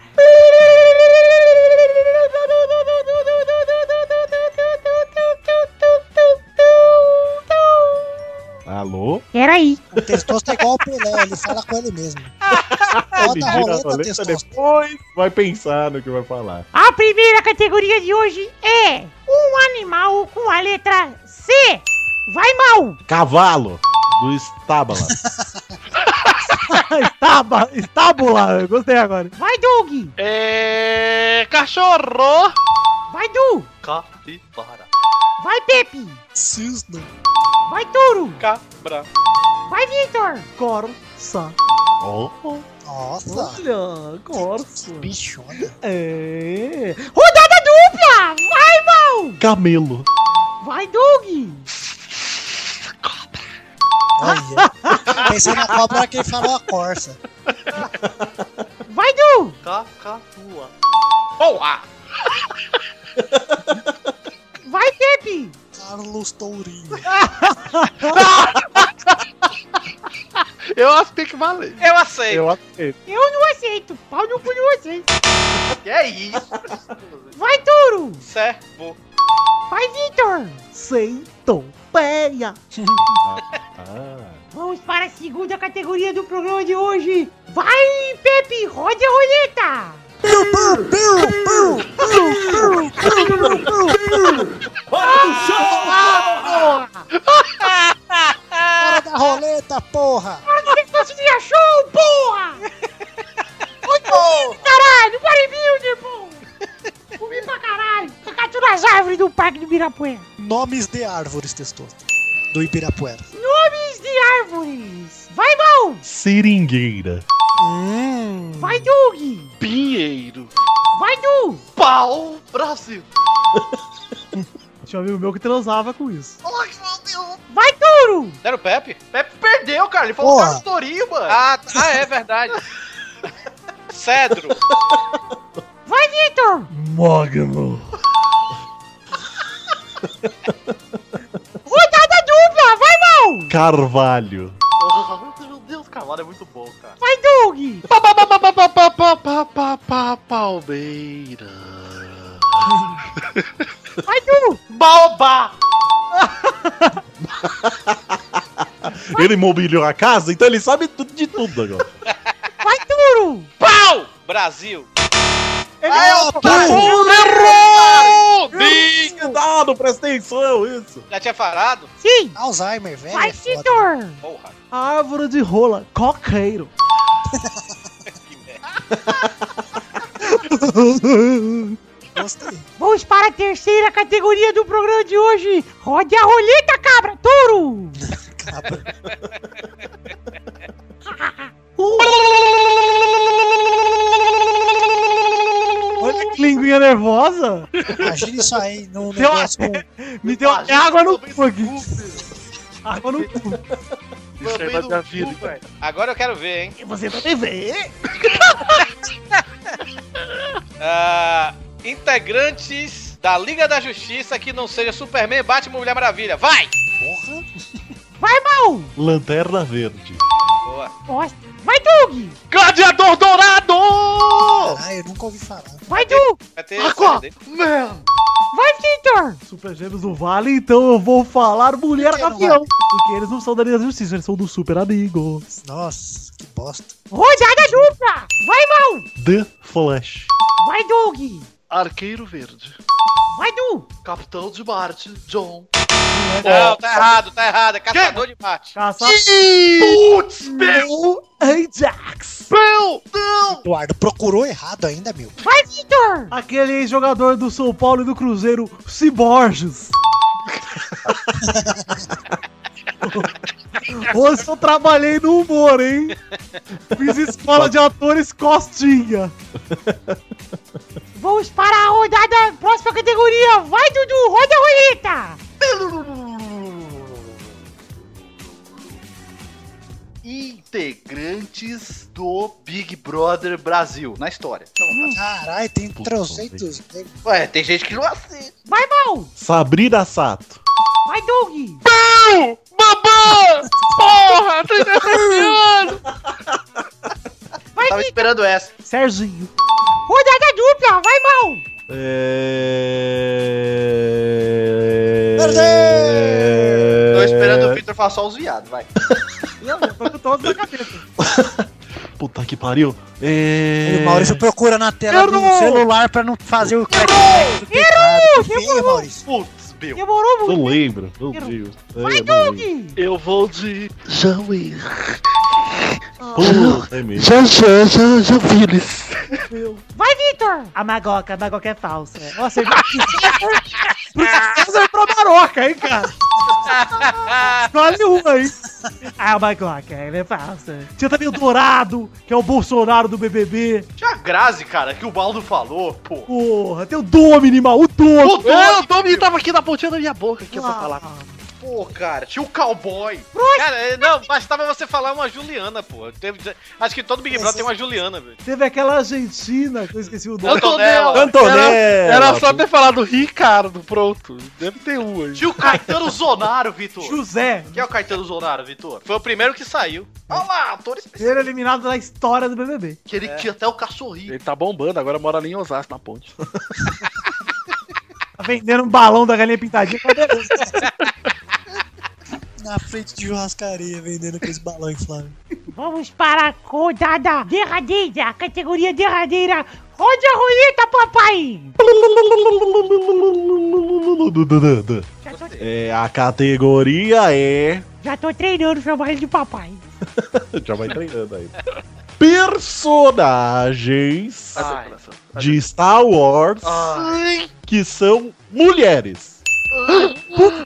Speaker 6: Alô?
Speaker 9: Peraí.
Speaker 5: O testoster é igual o Pelé, ele fala com ele mesmo.
Speaker 6: Ele
Speaker 5: Bota
Speaker 6: gira
Speaker 5: a
Speaker 6: a
Speaker 5: roleta,
Speaker 6: roleta
Speaker 5: testoster.
Speaker 6: depois vai pensar no que vai falar.
Speaker 9: A primeira categoria de hoje é um animal com a letra C. Vai mal!
Speaker 6: Cavalo do Estábala.
Speaker 3: Estábula, estábula, eu gostei agora.
Speaker 9: Vai, Doug!
Speaker 11: É. Cachorro!
Speaker 9: Vai, Du!
Speaker 7: Capivara.
Speaker 9: Vai, Pepe!
Speaker 5: Cisne.
Speaker 9: Vai, Touro!
Speaker 11: Cabra.
Speaker 9: Vai, Vitor!
Speaker 3: Corsa.
Speaker 5: Nossa.
Speaker 3: Olha, corsa.
Speaker 5: Bichona.
Speaker 3: É.
Speaker 9: Rodada dupla! Vai, mal!
Speaker 6: Camelo.
Speaker 9: Vai, Doug!
Speaker 5: Olha. Pensei na cobra que ele falou a corça.
Speaker 9: Vai, Du!
Speaker 7: Cacatua.
Speaker 11: Boa!
Speaker 9: Vai, Pepe!
Speaker 5: Carlos Tourinho.
Speaker 11: Eu acho que tem que valer.
Speaker 8: Eu
Speaker 1: É.
Speaker 8: aceito.
Speaker 6: Eu aceito.
Speaker 9: Eu não aceito! Pau no cu de vocês!
Speaker 7: Que é isso?
Speaker 9: Vai, Touro!
Speaker 8: Servo.
Speaker 9: Vai, Vitor!
Speaker 17: Sem tompeia.
Speaker 11: Ah.
Speaker 9: Vamos para a segunda categoria do programa de hoje. Vai, Pepe, rode a roleta!
Speaker 5: Porra! Hora da roleta, porra!
Speaker 9: Para do Testosteria Show, porra! Muito caralho, bodybuilder, porra! Comi pra caralho! Cacatu nas árvores do Parque do Ibirapuera.
Speaker 5: Nomes de árvores, testou. Do Ibirapuera.
Speaker 9: Nomes de árvores! Vai, Mal!
Speaker 6: Seringueira.
Speaker 5: Hum.
Speaker 9: Vai, Doug!
Speaker 1: Pinheiro.
Speaker 9: Vai, Du!
Speaker 7: Pau Brasil!
Speaker 2: Tinha um amigo meu que transava com isso.
Speaker 9: Vai, Touro!
Speaker 8: Era o Pepe?
Speaker 7: Pepe perdeu, cara. Ele falou
Speaker 2: Porra.
Speaker 7: Carlos Torinho, mano.
Speaker 8: Ah, t- ah, é verdade. Cedro.
Speaker 9: Vai, Vitor!
Speaker 17: Mogno.
Speaker 9: Rodada dupla! Vai, Mal!
Speaker 6: Carvalho.
Speaker 7: Porra, meu Deus, cavalo é muito bom, cara.
Speaker 9: Vai, Doug!
Speaker 1: Palmeira.
Speaker 9: Vai, Du!
Speaker 7: Baobá!
Speaker 6: Ele mobiliou a casa, então ele sabe tu- de tudo agora.
Speaker 9: Vai, Touro!
Speaker 8: Pau! Brasil. tá
Speaker 9: Ele é um
Speaker 8: errou!
Speaker 6: Cuidado, presta atenção, isso.
Speaker 8: Já tinha falado?
Speaker 9: Sim!
Speaker 5: Alzheimer, velho.
Speaker 9: Vai,
Speaker 5: é foda.
Speaker 9: Vitor!
Speaker 8: Porra.
Speaker 17: Árvore de rola, coqueiro.
Speaker 5: Gostei.
Speaker 9: Vamos para a terceira categoria do programa de hoje. Rode a roleta, cabra, touro!
Speaker 2: Olha que linguinha nervosa.
Speaker 5: Imagina isso aí num
Speaker 2: Deu
Speaker 5: negócio com...
Speaker 2: Me deu até água no cu aqui. Água no cu.
Speaker 1: Isso aí vai dar vida.
Speaker 8: Agora eu quero ver, hein?
Speaker 17: Você vai ver.
Speaker 8: Ah, integrantes da Liga da Justiça que não seja Superman, Batman e Mulher Maravilha. Vai!
Speaker 5: Porra!
Speaker 9: Vai, Mal!
Speaker 6: Lanterna Verde.
Speaker 8: Boa.
Speaker 9: Nossa. Vai, Doug!
Speaker 1: Gladiador Dourado!
Speaker 5: Ah, eu nunca ouvi falar.
Speaker 9: Vai, Du!
Speaker 8: Vai ter
Speaker 17: Aqua.
Speaker 9: Vai, Vitor!
Speaker 17: Super Gêmeos do Vale, então eu vou falar Mulher
Speaker 5: não
Speaker 17: Gavião. Porque eles não são da Liga da Justiça, eles são do Super Amigos.
Speaker 5: Nossa, que bosta.
Speaker 9: Rodada dupla! Vai, Mal!
Speaker 6: The Flash.
Speaker 9: Vai, Doug!
Speaker 1: Arqueiro Verde.
Speaker 9: Vai, Du!
Speaker 7: Capitão de Marte, John.
Speaker 8: Não, tá errado, tá errado. É caçador de Marte.
Speaker 2: Caça.
Speaker 1: Putz,
Speaker 9: Hum.
Speaker 17: meu! Ajax!
Speaker 1: Meu! Não!
Speaker 5: Eduardo, procurou errado ainda, meu.
Speaker 9: Vai, Vitor!
Speaker 2: Aquele jogador do São Paulo e do Cruzeiro, Ciborges. Hoje eu trabalhei no humor, hein? Fiz escola de atores Costinha.
Speaker 9: Vamos para a rodada, próxima categoria. Vai, Dudu, roda a roleta.
Speaker 7: Integrantes do Big Brother Brasil na história.
Speaker 5: Então, Caralho, tem 300. tem-
Speaker 7: Ué, tem gente que não aceita.
Speaker 9: Vai, Mal.
Speaker 6: Sabrina Sato.
Speaker 9: Vai, Doug.
Speaker 1: Pau! Babá! Porra! Tô decepcionado!
Speaker 9: Vai,
Speaker 7: Tava
Speaker 9: Vitor.
Speaker 7: esperando essa.
Speaker 17: Serginho.
Speaker 9: Rodada dupla. Vai, Mal.
Speaker 6: É...
Speaker 7: Tô esperando o Victor falar só os viados, vai.
Speaker 2: Não, eu tô com todos na cabeça.
Speaker 6: Puta que pariu. É...
Speaker 5: O Maurício procura na tela do
Speaker 2: Errou!
Speaker 5: celular pra não fazer o crack. Errou! Feia, Maurício.
Speaker 7: Putz, meu.
Speaker 9: Demorou
Speaker 6: Não
Speaker 9: muito.
Speaker 6: lembro, meu Deus. É,
Speaker 9: Vai,
Speaker 6: não lembro.
Speaker 9: Doug.
Speaker 1: Eu vou de. Jauir.
Speaker 6: Puta, é mesmo.
Speaker 1: Já, já, já, já, Willis.
Speaker 9: Vai, Vitor.
Speaker 17: A Magoca, a Magoca é falsa. Nossa, é César pra Maroca, hein, cara?
Speaker 2: Escolhe uma, hein?
Speaker 17: Ah, a Magoca, ela é falsa.
Speaker 2: Tinha também o Dourado, que é o Bolsonaro do BBB.
Speaker 7: Tinha a Grazi, cara, que o Baldo falou, pô.
Speaker 2: Porra, tem o Domini, mal, o Dono.
Speaker 1: É, o Domi tava aqui na pontinha da minha boca aqui pra falar.
Speaker 7: Ah, Pô, cara, tinha o cowboy.
Speaker 8: Cara, é- não, bastava você falar uma Juliana, pô. Teve- acho que todo Big Brother tem uma Juliana, velho.
Speaker 2: Teve aquela Argentina, que eu esqueci o nome.
Speaker 8: Antonella.
Speaker 6: Antonella.
Speaker 1: Era, era só ter falado Ricardo, pronto. Deve ter um aí.
Speaker 7: Tinha o Caetano Zonaro, Vitor.
Speaker 2: José.
Speaker 7: Quem é o Caetano Zonaro, Vitor?
Speaker 8: Foi o primeiro que saiu.
Speaker 7: Olha lá, ator especial.
Speaker 2: Primeiro eliminado da história do BBB.
Speaker 7: Que
Speaker 11: É.
Speaker 7: ele tinha até o cachorrinho.
Speaker 1: Ele tá bombando, agora mora ali em Osasco, na ponte.
Speaker 2: vendendo um balão da galinha pintadinha.
Speaker 5: Na frente de churrascaria, vendendo aqueles balões, Flávio.
Speaker 9: Vamos para a rodada derradeira, a categoria derradeira. Onde a roleta, papai?
Speaker 6: É, a categoria é.
Speaker 9: Já tô treinando pra baile de papai.
Speaker 6: Já vai treinando aí. Personagens de Star Wars que são mulheres.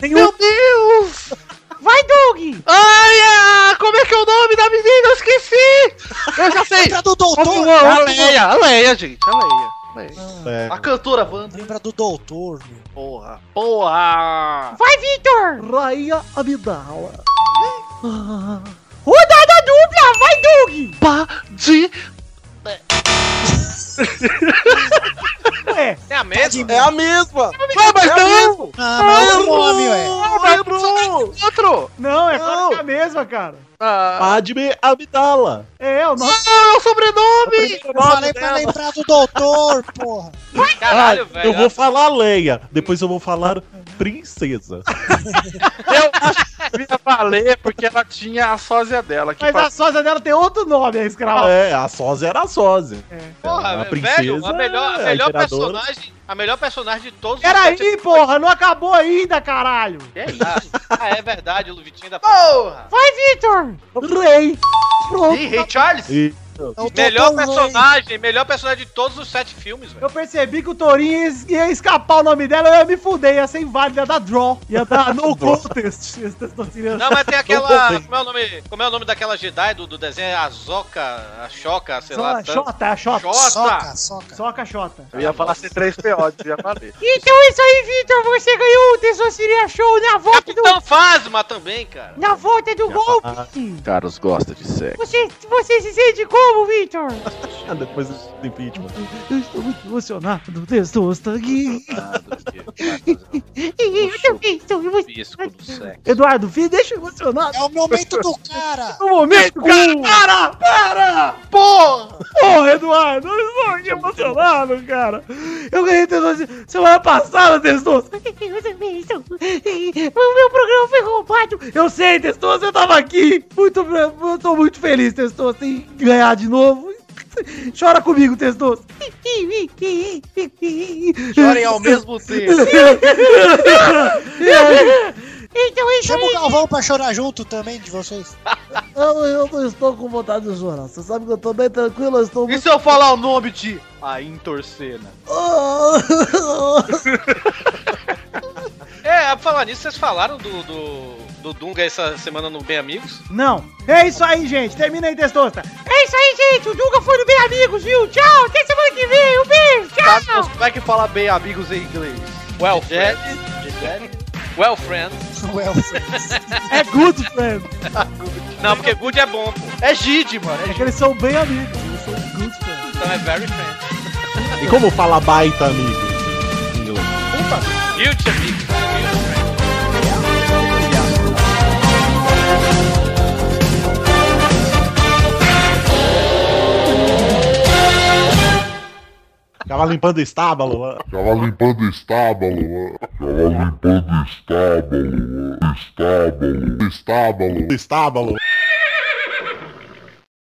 Speaker 9: Meu Deus! um- Vai, Doug!
Speaker 11: Ai, ah, como é que é o nome da menina? Eu esqueci! Eu já sei!
Speaker 5: Lembra do doutor? Ah,
Speaker 11: A Leia, a Leia, gente, a Leia.
Speaker 6: É.
Speaker 7: A cantora Wanda.
Speaker 5: Lembra do doutor, meu.
Speaker 11: Porra, porra!
Speaker 9: Vai, Victor!
Speaker 3: Raia Abdala.
Speaker 9: Rodada dupla! Vai, Doug!
Speaker 11: Pá de...
Speaker 2: Ué,
Speaker 8: É a mesma?
Speaker 11: É a mesma! Ué, mas
Speaker 5: É
Speaker 11: é
Speaker 5: a
Speaker 11: mesmo!
Speaker 5: Ah, mas outro nome, ué.
Speaker 11: Ah,
Speaker 1: é
Speaker 11: mas só tem Outro!
Speaker 2: Não, é claro que é a mesma, cara.
Speaker 11: Ah,
Speaker 6: Padme Abdala.
Speaker 2: É, o nosso.
Speaker 11: ah, é o sobrenome!
Speaker 5: Eu falei pra lembrar do doutor, porra.
Speaker 8: Caralho,
Speaker 6: Ah,
Speaker 8: velho.
Speaker 6: Eu vou falar Leia, depois eu vou falar princesa.
Speaker 11: Eu acho que devia valer porque ela tinha a sósia dela. Que
Speaker 2: Mas a
Speaker 11: passou.
Speaker 2: sósia dela tem outro nome, a escrava.
Speaker 6: É, a sósia era a sósia.
Speaker 3: É.
Speaker 8: Porra,
Speaker 6: a
Speaker 8: velho,
Speaker 6: princesa,
Speaker 8: a melhor, a
Speaker 6: a
Speaker 8: melhor
Speaker 6: imperadora.
Speaker 8: personagem, a melhor personagem de todos
Speaker 2: Peraí,
Speaker 8: sete-
Speaker 2: porra, não acabou ainda, caralho.
Speaker 8: Que é isso? Ah, é verdade, o Luvitinho da
Speaker 7: Porra!
Speaker 9: Vai, Victor!
Speaker 3: Rei. Pronto.
Speaker 7: Ih, Ray Charles?
Speaker 6: E-
Speaker 5: Eu tô
Speaker 8: Melhor
Speaker 5: tão ruim.
Speaker 8: personagem, melhor personagem de todos os sete filmes, velho.
Speaker 2: Eu percebi que o Torinho ia es- ia escapar o nome dela, eu ia me fudei, ia ser inválida, ia dar draw. Ia dar no contest. Esse testosterona.
Speaker 8: Não, mas tem
Speaker 6: Não
Speaker 8: aquela.
Speaker 6: convém.
Speaker 8: Como é o nome, como é o nome daquela Jedi do, do desenho? É A Zoka, a Shoka, sei lá. tá.
Speaker 2: Só- Xota, é a Xota.
Speaker 8: Xota.
Speaker 5: Soca, soca.
Speaker 2: Só a caixota.
Speaker 11: Eu ia falar C3PO, devia valer.
Speaker 9: Então é isso aí, Victor. Você ganhou o Tessoceria Show na volta do.
Speaker 8: Então Fasma também, cara.
Speaker 9: Na volta do golpe!
Speaker 11: Carlos gosta de sexo.
Speaker 9: Você, você se sente como, Victor?
Speaker 6: Ah, depois do impeachment.
Speaker 3: Eu estou muito emocionado, testosterona.
Speaker 9: Eu também estou
Speaker 1: então,
Speaker 9: emocionado.
Speaker 8: Bisco do sexo.
Speaker 3: Eduardo, vi, deixa eu emocionado.
Speaker 5: É o momento do
Speaker 1: É
Speaker 5: cara.
Speaker 3: No momento,
Speaker 2: Cara, para! Porra! Porra, Eduardo, eu estou aqui emocionado, cara. Eu ganhei testosterona semana passada, testosterona.
Speaker 9: Eu também
Speaker 1: então.
Speaker 9: estou. O meu programa foi roubado.
Speaker 3: Eu sei, Testoso, você tava aqui. Muito, eu tô muito feliz, Testoso, em ganhar de novo. Chora comigo, Testoso.
Speaker 7: Chorem ao mesmo tempo.
Speaker 9: Então é isso
Speaker 5: Chama o
Speaker 9: aí.
Speaker 5: Galvão pra chorar junto também de vocês.
Speaker 3: Eu, eu não estou com vontade de chorar. Você sabe que eu tô bem tranquilo, eu estou
Speaker 7: E
Speaker 3: muito...
Speaker 7: se eu falar o nome de... A Intorcena.
Speaker 3: Ah,
Speaker 8: É, a falar nisso, vocês falaram do, do, do Dunga essa semana no Bem Amigos?
Speaker 2: Não. É isso aí, gente. Termina aí, testosta.
Speaker 9: É isso aí, gente. O Duga foi no Bem Amigos, viu? Tchau. Até semana que vem. Um beijo.
Speaker 7: Sabe
Speaker 9: Tchau.
Speaker 7: como é que fala bem amigos em inglês?
Speaker 8: Well, friend. Well, friend.
Speaker 5: Well,
Speaker 2: É good, friend.
Speaker 8: Não, porque good é bom, pô.
Speaker 7: É Gide, mano. É
Speaker 2: É
Speaker 7: Gide.
Speaker 2: que eles são bem amigos. Eles são good, friend.
Speaker 8: Então é very friend.
Speaker 6: E como fala baita, amigo? em inglês?
Speaker 8: Guilty amigo. Guilty friend.
Speaker 6: Ficava limpando estábulo lá.
Speaker 1: Tava limpando estábulo. Tava limpando estábulo. Estábulo. Estábulo.
Speaker 6: Estábulo.